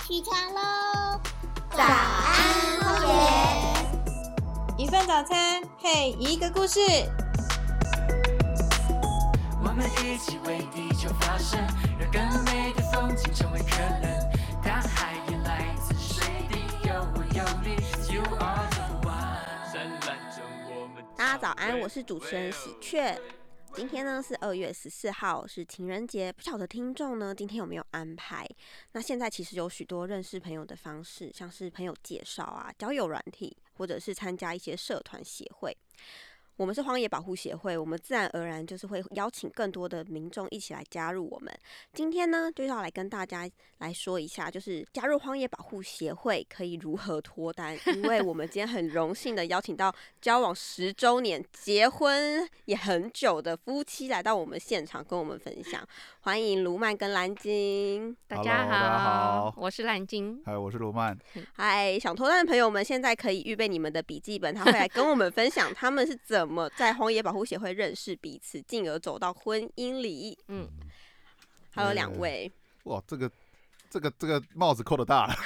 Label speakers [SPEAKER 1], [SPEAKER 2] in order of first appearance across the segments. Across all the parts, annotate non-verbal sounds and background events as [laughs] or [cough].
[SPEAKER 1] 起床喽！
[SPEAKER 2] 早安，荒野。
[SPEAKER 3] 一份早餐配一个故事。
[SPEAKER 4] 我们一起为地球发声，让更美的风景成为可能。大海也来自水滴，有我有你，You are the one。灿烂着我们。
[SPEAKER 2] 大家早安，我是主持人喜鹊。今天呢是二月十四号，是情人节。不晓得听众呢今天有没有安排？那现在其实有许多认识朋友的方式，像是朋友介绍啊、交友软体，或者是参加一些社团协会。我们是荒野保护协会，我们自然而然就是会邀请更多的民众一起来加入我们。今天呢，就要来跟大家来说一下，就是加入荒野保护协会可以如何脱单，因为我们今天很荣幸的邀请到交往十周年、结婚也很久的夫妻来到我们现场跟我们分享。欢迎卢曼跟蓝鲸。
[SPEAKER 5] 大
[SPEAKER 6] Hello，
[SPEAKER 5] 家好，
[SPEAKER 6] 大家好
[SPEAKER 5] 我是蓝鲸。
[SPEAKER 6] 嗨，我是卢曼。
[SPEAKER 2] 嗨，想脱单的朋友们，现在可以预备你们的笔记本，他会来跟我们分享他们是怎么在荒野保护协会认识彼此，进而走到婚姻里。
[SPEAKER 5] 嗯，
[SPEAKER 2] 还有两位，
[SPEAKER 6] 哇，这个这个这个帽子扣的大了。 [laughs]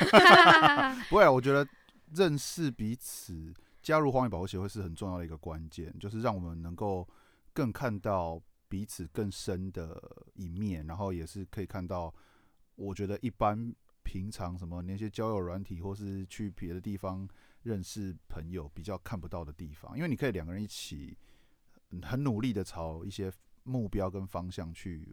[SPEAKER 6] 不会啊，我觉得认识彼此，加入荒野保护协会是很重要的一个关键，就是让我们能够更看到彼此更深的一面，然后也是可以看到，我觉得一般平常什么那些交友软体或是去别的地方认识朋友比较看不到的地方，因为你可以两个人一起嗯很努力的朝一些目标跟方向去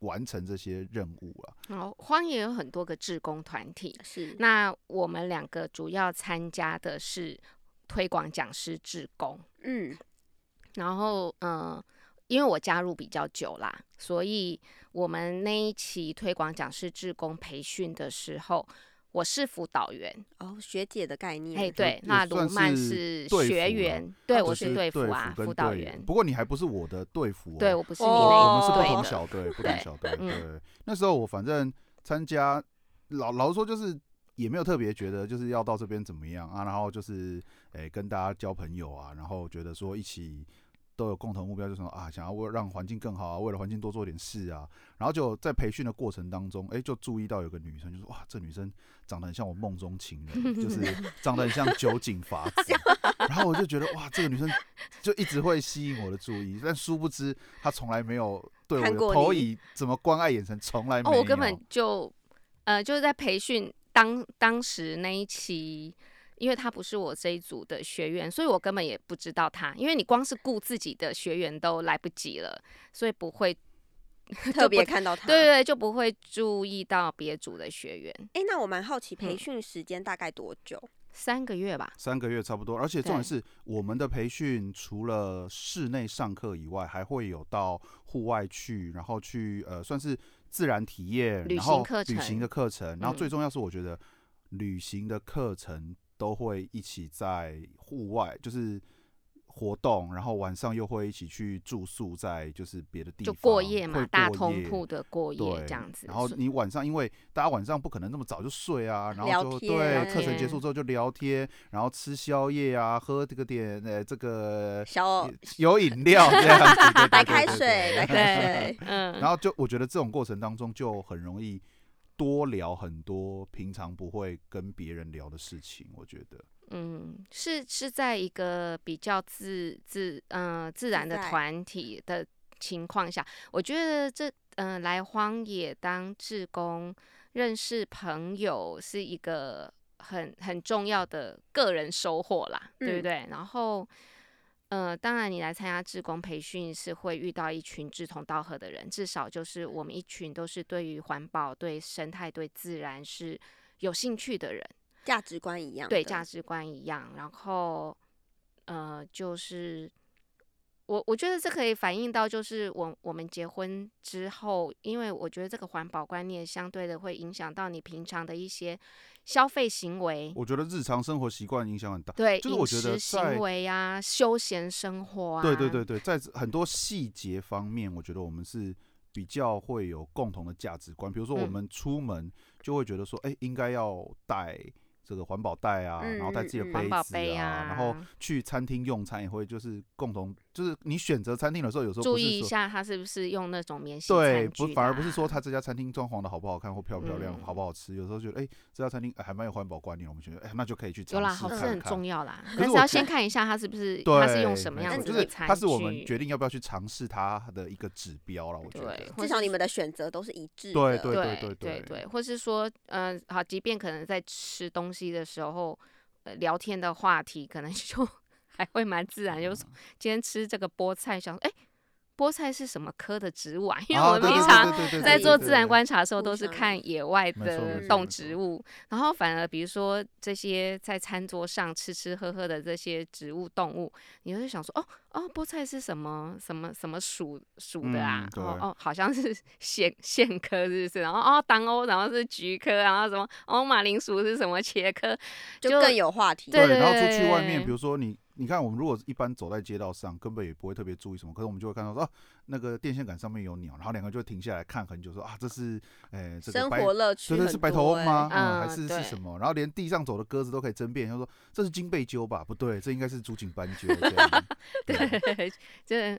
[SPEAKER 6] 完成这些任务啊。
[SPEAKER 5] 好，哦荒野有很多个志工团体，
[SPEAKER 2] 是
[SPEAKER 5] 那我们两个主要参加的是推广讲师志工。
[SPEAKER 2] 嗯，
[SPEAKER 5] 然后，嗯，因为我加入比较久啦，所以我们那一期推广讲师志工培训的时候，我是辅导员，
[SPEAKER 2] 哦，学姐的概念，
[SPEAKER 5] 哎，对
[SPEAKER 6] 嗯也，
[SPEAKER 5] 那
[SPEAKER 6] 算
[SPEAKER 5] 卢曼
[SPEAKER 6] 是
[SPEAKER 5] 是
[SPEAKER 6] 队服
[SPEAKER 5] 学
[SPEAKER 6] 啦
[SPEAKER 5] 员，对，我
[SPEAKER 6] 就是
[SPEAKER 5] 队
[SPEAKER 6] 队
[SPEAKER 5] 服啊，
[SPEAKER 6] 跟
[SPEAKER 5] 辅导
[SPEAKER 6] 队
[SPEAKER 5] 员，
[SPEAKER 6] 不过你还不是我的队服、哦，
[SPEAKER 5] 对，我不是你
[SPEAKER 6] 我
[SPEAKER 5] 那
[SPEAKER 6] 们
[SPEAKER 5] 一
[SPEAKER 6] 是不
[SPEAKER 5] 队
[SPEAKER 6] 同
[SPEAKER 5] 的，
[SPEAKER 6] 小队，
[SPEAKER 5] [laughs]
[SPEAKER 6] 不同
[SPEAKER 5] 对
[SPEAKER 6] 小队。
[SPEAKER 5] 嗯
[SPEAKER 6] 对，那时候我反正参加，老老实说就是也没有特别觉得就是要到这边怎么样啊，然后就是诶、跟大家交朋友啊，然后觉得说一起都有共同目标，就是说啊想要为让环境更好啊，为了环境多做点事啊，然后就在培训的过程当中，诶、就注意到有个女生，就说哇这女生长得很像我梦中情人，就是长得很像酒井法
[SPEAKER 5] [laughs]
[SPEAKER 6] 子，然后我就觉得哇这个女生就一直会吸引我的注意，但殊不知她从来没有对我
[SPEAKER 2] 看
[SPEAKER 6] 的
[SPEAKER 2] 过
[SPEAKER 6] 投
[SPEAKER 2] 你
[SPEAKER 6] 以怎么关爱眼神，从来没
[SPEAKER 5] 哦，
[SPEAKER 6] 有。
[SPEAKER 5] 我根本就，呃，就是在培训当当时那一期，因为他不是我这一组的学员，所以我根本也不知道他，因为你光是顾自己的学员都来不及了，所以不会，
[SPEAKER 2] 特别看到她。
[SPEAKER 5] 对对，对，就不会注意到别组的学员，
[SPEAKER 2] 哎，那我蛮好奇，培
[SPEAKER 5] 嗯
[SPEAKER 2] 训时间大概多久？
[SPEAKER 5] 三个月吧，
[SPEAKER 6] 三个月差不多，而且重
[SPEAKER 5] 对
[SPEAKER 6] 点是我们的培训除了室内上课以外，还会有到户外去，然后去呃算是自然体验，
[SPEAKER 5] 旅
[SPEAKER 6] 然后
[SPEAKER 5] 行课
[SPEAKER 6] 旅
[SPEAKER 5] 程
[SPEAKER 6] 行的课程，然后
[SPEAKER 5] 嗯
[SPEAKER 6] 最重要是我觉得旅行的课程都会一起在户外就是活动，然后晚上又会一起去住宿在就是别的地
[SPEAKER 5] 就
[SPEAKER 6] 方
[SPEAKER 5] 过夜嘛
[SPEAKER 6] 会，
[SPEAKER 5] 大
[SPEAKER 6] 过
[SPEAKER 5] 通
[SPEAKER 6] 夜
[SPEAKER 5] 铺的过夜
[SPEAKER 6] 对，
[SPEAKER 5] 这样子，
[SPEAKER 6] 然后
[SPEAKER 5] 所以 [laughs]
[SPEAKER 6] 你晚上，因为大家晚上不可能那么早就睡啊，然
[SPEAKER 2] 聊
[SPEAKER 6] 后就
[SPEAKER 2] 天嗯
[SPEAKER 6] 对
[SPEAKER 5] 聊
[SPEAKER 6] 课程结
[SPEAKER 5] 天
[SPEAKER 6] 束之后就聊天，然后吃宵夜啊，喝这个点呃这个
[SPEAKER 2] 小
[SPEAKER 6] 有饮料这样子，
[SPEAKER 2] [laughs]
[SPEAKER 6] 对对
[SPEAKER 2] 白
[SPEAKER 6] 对
[SPEAKER 2] 开
[SPEAKER 6] 对
[SPEAKER 2] 水，白
[SPEAKER 6] 对
[SPEAKER 2] 开水，
[SPEAKER 6] [laughs]
[SPEAKER 5] 嗯，
[SPEAKER 6] 然后就我觉得这种过程当中就很容易多聊很多平常不会跟别人聊的事情，我觉得
[SPEAKER 5] 嗯，是是在一个比较自自嗯、自然的
[SPEAKER 2] 在
[SPEAKER 5] 团体的情况下，我觉得这嗯、呃来荒野当志工认识朋友是一个很很重要的个人收获啦，对
[SPEAKER 2] 嗯
[SPEAKER 5] 不对？然后呃，当然你来参加志工培训是会遇到一群志同道合的人，至少就是我们一群都是对于环保、对生态、对自然是有兴趣的人。
[SPEAKER 2] 价值观一样的。
[SPEAKER 5] 对价值观一样，然后呃，就是我我觉得这可以反映到，就是我我们结婚之后，因为我觉得这个环保观念相对的会影响到你平常的一些消费行为，
[SPEAKER 6] 我觉得日常生活习惯影响很大。
[SPEAKER 5] 对
[SPEAKER 6] 就是
[SPEAKER 5] 饮
[SPEAKER 6] 我觉得
[SPEAKER 5] 食
[SPEAKER 6] 在
[SPEAKER 5] 行为啊、休闲生活啊，
[SPEAKER 6] 对对对对，在很多细节方面，我觉得我们是比较会有共同的价值观。比如说，我
[SPEAKER 5] 嗯
[SPEAKER 6] 们出门就会觉得说，哎、应该要带这个环保袋啊，然后带自己的
[SPEAKER 2] 嗯嗯嗯
[SPEAKER 6] 杯
[SPEAKER 5] 环保
[SPEAKER 6] 子
[SPEAKER 5] 杯
[SPEAKER 6] 啊，然后
[SPEAKER 5] 啊
[SPEAKER 6] 去餐厅用餐也会就是共同就是你选择餐厅的时候，有时候
[SPEAKER 5] 注
[SPEAKER 6] 不是
[SPEAKER 5] 意一
[SPEAKER 6] 说
[SPEAKER 5] 下它是不是用那种免洗
[SPEAKER 6] 对，
[SPEAKER 5] 餐
[SPEAKER 6] 不
[SPEAKER 5] 具啊
[SPEAKER 6] 反而
[SPEAKER 5] 啦
[SPEAKER 6] 不是
[SPEAKER 5] [laughs]
[SPEAKER 6] 说它这家餐厅装潢的好不好看或漂不漂亮、
[SPEAKER 5] 嗯
[SPEAKER 6] 好不好吃，有时候觉得哎、这家餐厅、哎还蛮有环保观念，我们觉得哎、那就可以去尝
[SPEAKER 5] 有啦，
[SPEAKER 6] 试
[SPEAKER 5] 好
[SPEAKER 6] 看
[SPEAKER 5] 吃
[SPEAKER 6] 看。
[SPEAKER 5] 很重要啦，
[SPEAKER 6] 是
[SPEAKER 5] 但是
[SPEAKER 6] 我
[SPEAKER 5] 要
[SPEAKER 6] 觉
[SPEAKER 5] 先
[SPEAKER 6] 得
[SPEAKER 5] 看一下它是不是
[SPEAKER 6] 对，
[SPEAKER 5] 它是用什么
[SPEAKER 6] 没
[SPEAKER 5] 样
[SPEAKER 6] 错
[SPEAKER 5] 子
[SPEAKER 6] 就
[SPEAKER 5] 的
[SPEAKER 6] 是
[SPEAKER 5] 餐具，
[SPEAKER 6] 它是我们决定要不要去尝试它的一个指标了，我觉得
[SPEAKER 5] 对，
[SPEAKER 2] 至
[SPEAKER 5] 或是
[SPEAKER 2] 少你们的选择都是一致的。
[SPEAKER 6] 对对
[SPEAKER 5] 对
[SPEAKER 6] 对对
[SPEAKER 5] 对或是说，嗯、好，即便可能在吃东西的时候，呃，聊天的话题可能 [laughs] 就还会蛮自然，就是说
[SPEAKER 6] 哦
[SPEAKER 5] 今天吃这个菠菜，想哎、诶菠菜是什么科的植物啊？ [laughs] 因为
[SPEAKER 6] 啊
[SPEAKER 5] 我们
[SPEAKER 6] 对
[SPEAKER 5] 平
[SPEAKER 6] 对
[SPEAKER 5] 常
[SPEAKER 6] 对对对对
[SPEAKER 5] 在
[SPEAKER 6] 对
[SPEAKER 5] 做
[SPEAKER 6] 对
[SPEAKER 5] 自然
[SPEAKER 6] 对
[SPEAKER 5] 观察的时候，
[SPEAKER 2] 互
[SPEAKER 5] 都是
[SPEAKER 2] 相
[SPEAKER 5] 看野外
[SPEAKER 6] 没错没
[SPEAKER 5] 的
[SPEAKER 6] 错
[SPEAKER 5] 动
[SPEAKER 6] 没
[SPEAKER 5] 植
[SPEAKER 6] 错
[SPEAKER 5] 物，然后反而比如说这些在餐桌上吃吃喝喝的这些植物动物，你就会想说，哦哦，菠菜是什么什么什么属属的啊
[SPEAKER 6] 嗯？对
[SPEAKER 5] 哦哦，好像是 [laughs] 苋苋科是不是？然后哦，当欧，然后是菊科，然后什么哦，马铃薯是什么茄科？ [laughs]
[SPEAKER 2] 就
[SPEAKER 5] 就
[SPEAKER 2] 更有话题。
[SPEAKER 5] 对
[SPEAKER 6] 然后出去外面，
[SPEAKER 5] 对
[SPEAKER 6] 比如说你，你看我们如果一般走在街道上，根本也不会特别注意什么，可是我们就会看到说、啊、那个电线杆上面有鸟，然后两个就会停下来看很久，说啊这是，哎、这个
[SPEAKER 2] 生
[SPEAKER 6] 白，
[SPEAKER 2] 活乐趣
[SPEAKER 6] 这
[SPEAKER 2] 很
[SPEAKER 6] 个
[SPEAKER 2] 多、
[SPEAKER 6] 是白头翁吗？
[SPEAKER 2] 哎
[SPEAKER 5] 哎
[SPEAKER 6] 还
[SPEAKER 5] 嗯
[SPEAKER 6] 是
[SPEAKER 5] 对
[SPEAKER 6] 是什么？然后连地上走的鸽子都可以争辩，他说这是金背鸠吧？不对，这应该是竹颈斑鸠。这样对，
[SPEAKER 5] [laughs] 对，这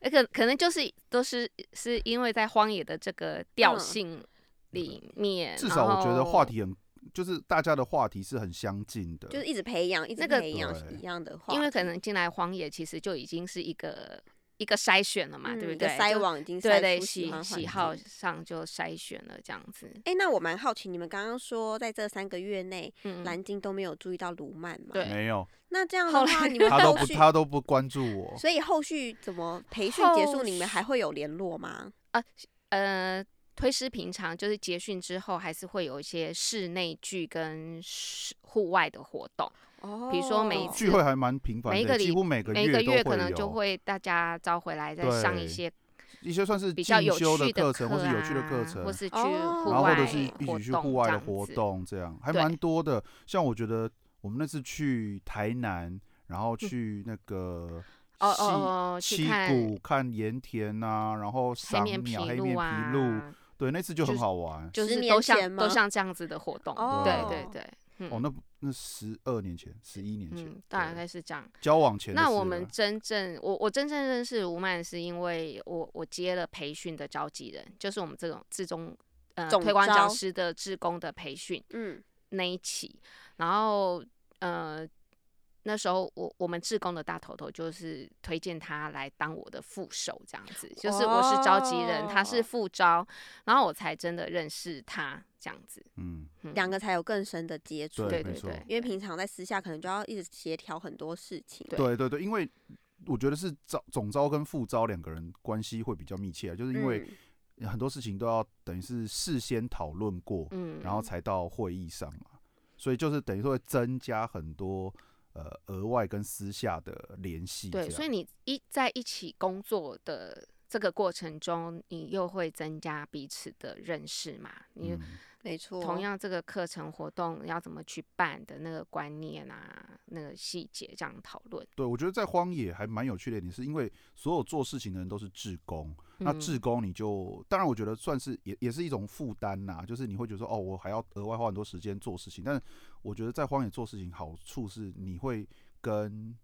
[SPEAKER 5] 呃可可能就是都是是因为在荒野的这个调
[SPEAKER 2] 嗯
[SPEAKER 5] 性里面，
[SPEAKER 6] 至少我觉得话
[SPEAKER 5] 然后
[SPEAKER 6] 题很，就是大家的话题是很相近的。
[SPEAKER 2] 就是一直培养，一直
[SPEAKER 5] 那个
[SPEAKER 2] 培养
[SPEAKER 6] 对
[SPEAKER 2] 一样的话，
[SPEAKER 5] 因为可能进来荒野其实就已经是一个一个筛选了嘛，
[SPEAKER 2] 嗯
[SPEAKER 5] 对不
[SPEAKER 2] 一个
[SPEAKER 5] 对？
[SPEAKER 2] 筛
[SPEAKER 5] 就
[SPEAKER 2] 网已经
[SPEAKER 5] 对
[SPEAKER 2] 筛
[SPEAKER 5] 对
[SPEAKER 2] 出喜
[SPEAKER 5] 喜
[SPEAKER 2] 欢
[SPEAKER 5] 喜
[SPEAKER 2] 环
[SPEAKER 5] 好
[SPEAKER 2] 境。
[SPEAKER 5] 上就筛选了这样子。
[SPEAKER 2] 哎、那我蛮好奇，你们刚刚说在这三个月内，
[SPEAKER 5] 嗯，
[SPEAKER 2] 蓝鲸都没有注意到卢曼嘛？
[SPEAKER 5] 对
[SPEAKER 6] 没
[SPEAKER 5] [laughs]
[SPEAKER 6] 有，
[SPEAKER 2] 那这样
[SPEAKER 5] 后
[SPEAKER 2] 的
[SPEAKER 5] 来
[SPEAKER 2] 话，你们
[SPEAKER 6] [laughs] 他都
[SPEAKER 2] 后
[SPEAKER 6] 不，
[SPEAKER 2] 续，
[SPEAKER 6] 他都不关注我。
[SPEAKER 2] 所以后续怎么培训结束，
[SPEAKER 5] 后
[SPEAKER 2] 你们还会有联络吗？
[SPEAKER 5] 呃，推师平常就是结训之后，还是会有一些室内剧跟室户外的活动，
[SPEAKER 2] 哦
[SPEAKER 5] 比如说每一次
[SPEAKER 6] 聚会还蛮频繁
[SPEAKER 5] 每一个
[SPEAKER 6] 的，
[SPEAKER 5] 礼
[SPEAKER 6] 几乎每个
[SPEAKER 5] 每一个
[SPEAKER 6] 月都
[SPEAKER 5] 月可能就
[SPEAKER 6] 有
[SPEAKER 5] 会大家招回来再上一
[SPEAKER 6] 对
[SPEAKER 5] 些
[SPEAKER 6] 一些算是
[SPEAKER 5] 比较
[SPEAKER 6] 进
[SPEAKER 5] 有
[SPEAKER 6] 修
[SPEAKER 5] 趣
[SPEAKER 6] 课
[SPEAKER 5] 的
[SPEAKER 6] 程，
[SPEAKER 5] 课
[SPEAKER 6] 或是有趣的
[SPEAKER 5] 啊
[SPEAKER 6] 课程
[SPEAKER 5] 或，是去
[SPEAKER 2] 哦
[SPEAKER 5] 户
[SPEAKER 6] 然后或
[SPEAKER 5] 外
[SPEAKER 6] 者是一
[SPEAKER 5] 活
[SPEAKER 6] 起去户外的活
[SPEAKER 5] 动这样子。
[SPEAKER 6] 动，这样还
[SPEAKER 5] 对
[SPEAKER 6] 蛮多的。像我觉得我们那次去台南，然后去那个
[SPEAKER 5] 嗯哦
[SPEAKER 6] 西
[SPEAKER 5] 哦哦去
[SPEAKER 6] 溪
[SPEAKER 5] 看
[SPEAKER 6] 谷看盐田呐、然后
[SPEAKER 5] 黑
[SPEAKER 6] 赏
[SPEAKER 5] 面
[SPEAKER 6] 鸟、黑
[SPEAKER 5] 鹭
[SPEAKER 6] 面琵鹭，
[SPEAKER 5] 啊，
[SPEAKER 6] 对，那次就很
[SPEAKER 5] 就是
[SPEAKER 6] 好玩。
[SPEAKER 5] 就
[SPEAKER 2] 十
[SPEAKER 5] 是
[SPEAKER 2] 年
[SPEAKER 5] 都
[SPEAKER 2] 前
[SPEAKER 5] 像
[SPEAKER 2] 吗
[SPEAKER 5] 都像这样子的活动，
[SPEAKER 2] 哦
[SPEAKER 5] 对对对，嗯
[SPEAKER 6] 哦，那不那十二年前、十一年前，
[SPEAKER 5] 嗯，大
[SPEAKER 6] 对
[SPEAKER 5] 概是这样。
[SPEAKER 6] 交往前的
[SPEAKER 5] 那
[SPEAKER 6] 事啊
[SPEAKER 5] 我
[SPEAKER 6] 了
[SPEAKER 5] 们真正我我真正认识吴曼，是因为我我接了培训的召集人，就是我们这种自中呃
[SPEAKER 2] 总
[SPEAKER 5] 推广
[SPEAKER 2] 招
[SPEAKER 5] 讲师的志工的培训
[SPEAKER 2] 嗯，
[SPEAKER 5] 那一期，然后呃那时候我我们志工的大头头就是推荐他来当我的副手这样子，就是我是召集人，他是
[SPEAKER 2] 哦
[SPEAKER 5] 副招，然后我才真的认识他这样子。
[SPEAKER 6] 嗯，
[SPEAKER 5] 嗯
[SPEAKER 2] 两个才有更深的接触。
[SPEAKER 5] 对
[SPEAKER 6] 对，
[SPEAKER 5] 对
[SPEAKER 6] 没错，
[SPEAKER 5] 对
[SPEAKER 2] 因为平常在私下可能就要一直协调很多事情。
[SPEAKER 5] 对
[SPEAKER 6] 对对对，因为我觉得是招总招跟副招两个人关系会比较密切，啊就是因为
[SPEAKER 2] 嗯
[SPEAKER 6] 很多事情都要等于是事先讨论过，
[SPEAKER 5] 嗯，
[SPEAKER 6] 然后才到会议上嘛，所以就是等于说会增加很多呃额外跟私下的联系这样。
[SPEAKER 5] 对，所以你一在一起工作的这个过程中，你又会增加彼此的认识嘛？你
[SPEAKER 6] 嗯
[SPEAKER 2] 没错，
[SPEAKER 5] 同样这个课程活动要怎么去办的那个观念啊，那个细节这样讨论。
[SPEAKER 6] 对，我觉得在荒野还蛮有趣的一点，是因为所有做事情的人都是志工，那
[SPEAKER 5] 嗯
[SPEAKER 6] 志工你就当然我觉得算是也也是一种负担呐，就是你会觉得说哦，我还要额外花很多时间做事情，但我觉得在荒野做事情好处是你会跟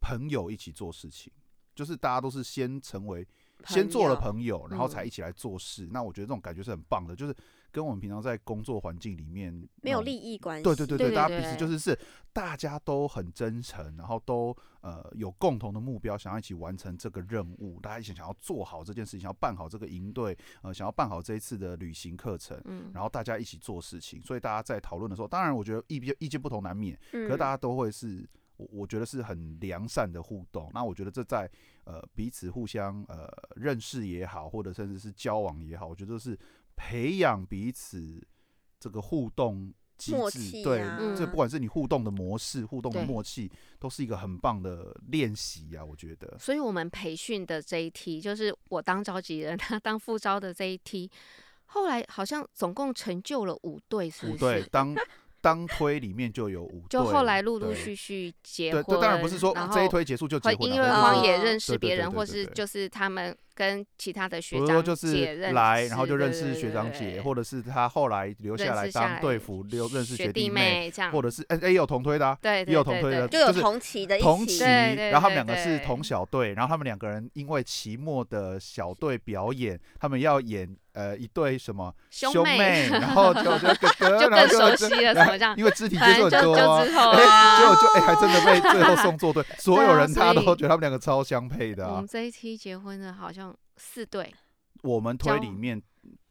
[SPEAKER 6] 朋友一起做事情，就是大家都是先成为先做了朋友，然后才一起来做事，那我觉得这种感觉是很棒的，就是跟我们平常在工作环境里面
[SPEAKER 2] 没有
[SPEAKER 6] 利。
[SPEAKER 2] 利益关系。
[SPEAKER 6] 嗯对对对
[SPEAKER 5] 对
[SPEAKER 6] 对，
[SPEAKER 5] 对
[SPEAKER 6] 大家彼此
[SPEAKER 5] 对
[SPEAKER 6] 就是是大家都很真诚，然后都呃有共同的目标，想要一起完成这个任务，大家一起想要做好这件事情，想要办好这个营队，呃，想要办好这一次的旅行课程。
[SPEAKER 5] 嗯，
[SPEAKER 6] 然后大家一起做事情，所以大家在讨论的时候，当然我觉得意见意见不同难免，
[SPEAKER 2] 嗯
[SPEAKER 6] 可是大家都会是，我我觉得是很良善的互动。那我觉得这在呃彼此互相呃认识也好，或者甚至是交往也好，我觉得是培养彼此这个互动机
[SPEAKER 2] 默
[SPEAKER 6] 制。
[SPEAKER 2] 契
[SPEAKER 6] 对，
[SPEAKER 2] 啊
[SPEAKER 6] 这不管是你互动的模式、互动的
[SPEAKER 5] 对
[SPEAKER 6] 默契，都是一个很棒的练习啊，我觉得。
[SPEAKER 5] 所以我们培训的这一梯，就是我当召集人，他 [laughs] 当副招的这一梯，后来好像总共成就了五对，是
[SPEAKER 6] 五
[SPEAKER 5] 不
[SPEAKER 6] 对
[SPEAKER 5] 是？
[SPEAKER 6] 当。当推里面就有五对，
[SPEAKER 5] 就后来陆陆
[SPEAKER 6] 对
[SPEAKER 5] 续续结
[SPEAKER 6] 对
[SPEAKER 5] 婚，
[SPEAKER 6] 对，当然不是说啊
[SPEAKER 5] 然
[SPEAKER 6] 这一
[SPEAKER 5] 后
[SPEAKER 6] 推结束就结
[SPEAKER 5] 会
[SPEAKER 6] 婚了，
[SPEAKER 5] 因为
[SPEAKER 6] 或者
[SPEAKER 5] 荒
[SPEAKER 6] 是
[SPEAKER 5] 野
[SPEAKER 2] 哦
[SPEAKER 5] 认识
[SPEAKER 6] 对对
[SPEAKER 5] 别
[SPEAKER 6] 对
[SPEAKER 5] 人，
[SPEAKER 6] 对
[SPEAKER 5] 或
[SPEAKER 6] 对
[SPEAKER 5] 是
[SPEAKER 6] 对
[SPEAKER 5] 就是他们跟其他的学
[SPEAKER 6] 比如说
[SPEAKER 5] 长
[SPEAKER 6] 就是
[SPEAKER 5] 姐认
[SPEAKER 6] 来，
[SPEAKER 5] 识
[SPEAKER 6] 然后就认
[SPEAKER 5] 对
[SPEAKER 6] 识
[SPEAKER 5] 对
[SPEAKER 6] 学
[SPEAKER 5] 对
[SPEAKER 6] 长
[SPEAKER 5] 对
[SPEAKER 6] 姐，
[SPEAKER 5] 对
[SPEAKER 6] 或者是他后来留
[SPEAKER 5] 认
[SPEAKER 6] 下来
[SPEAKER 5] 识下
[SPEAKER 6] 当
[SPEAKER 5] 来
[SPEAKER 6] 队服，留认识
[SPEAKER 5] 学
[SPEAKER 6] 弟妹，
[SPEAKER 5] 妹这样，
[SPEAKER 6] 或者是哎哎也有同推的啊，
[SPEAKER 5] 对
[SPEAKER 6] 也
[SPEAKER 5] 对
[SPEAKER 6] 有
[SPEAKER 5] 对
[SPEAKER 6] 同推的
[SPEAKER 5] 对
[SPEAKER 2] 就有
[SPEAKER 6] 就是
[SPEAKER 2] 同期的一
[SPEAKER 6] 同
[SPEAKER 2] 起
[SPEAKER 6] 期，
[SPEAKER 5] 对对
[SPEAKER 6] 然后他们两
[SPEAKER 5] 对
[SPEAKER 6] 个是
[SPEAKER 5] 对
[SPEAKER 6] 同小队，然后他们两个人因为期末的小队表演，他们要演呃一对什么
[SPEAKER 5] 兄
[SPEAKER 6] 兄
[SPEAKER 5] 妹
[SPEAKER 6] 然后就就哥
[SPEAKER 5] [laughs]
[SPEAKER 6] 哥，
[SPEAKER 5] 就
[SPEAKER 6] 然后
[SPEAKER 5] 更熟悉
[SPEAKER 6] 就 [laughs]
[SPEAKER 5] 了什
[SPEAKER 6] 然后
[SPEAKER 5] 么这样
[SPEAKER 6] 因为肢体接
[SPEAKER 5] 反
[SPEAKER 6] 触
[SPEAKER 5] 正就
[SPEAKER 6] 很多
[SPEAKER 5] 就
[SPEAKER 6] 啊。 [laughs]
[SPEAKER 5] 之后
[SPEAKER 6] 哎、
[SPEAKER 5] 啊
[SPEAKER 6] 结果就哎、还真的
[SPEAKER 5] [laughs]
[SPEAKER 6] 被最后送作对，所
[SPEAKER 5] 对
[SPEAKER 6] 有
[SPEAKER 5] 啊
[SPEAKER 6] 人
[SPEAKER 5] 所
[SPEAKER 6] 大家都
[SPEAKER 5] 以嗯
[SPEAKER 6] 觉得他们两个超相配的、
[SPEAKER 5] 我
[SPEAKER 6] 啊
[SPEAKER 5] 们。这一期结婚的好像四对，
[SPEAKER 6] 我们推
[SPEAKER 5] 交
[SPEAKER 6] 里面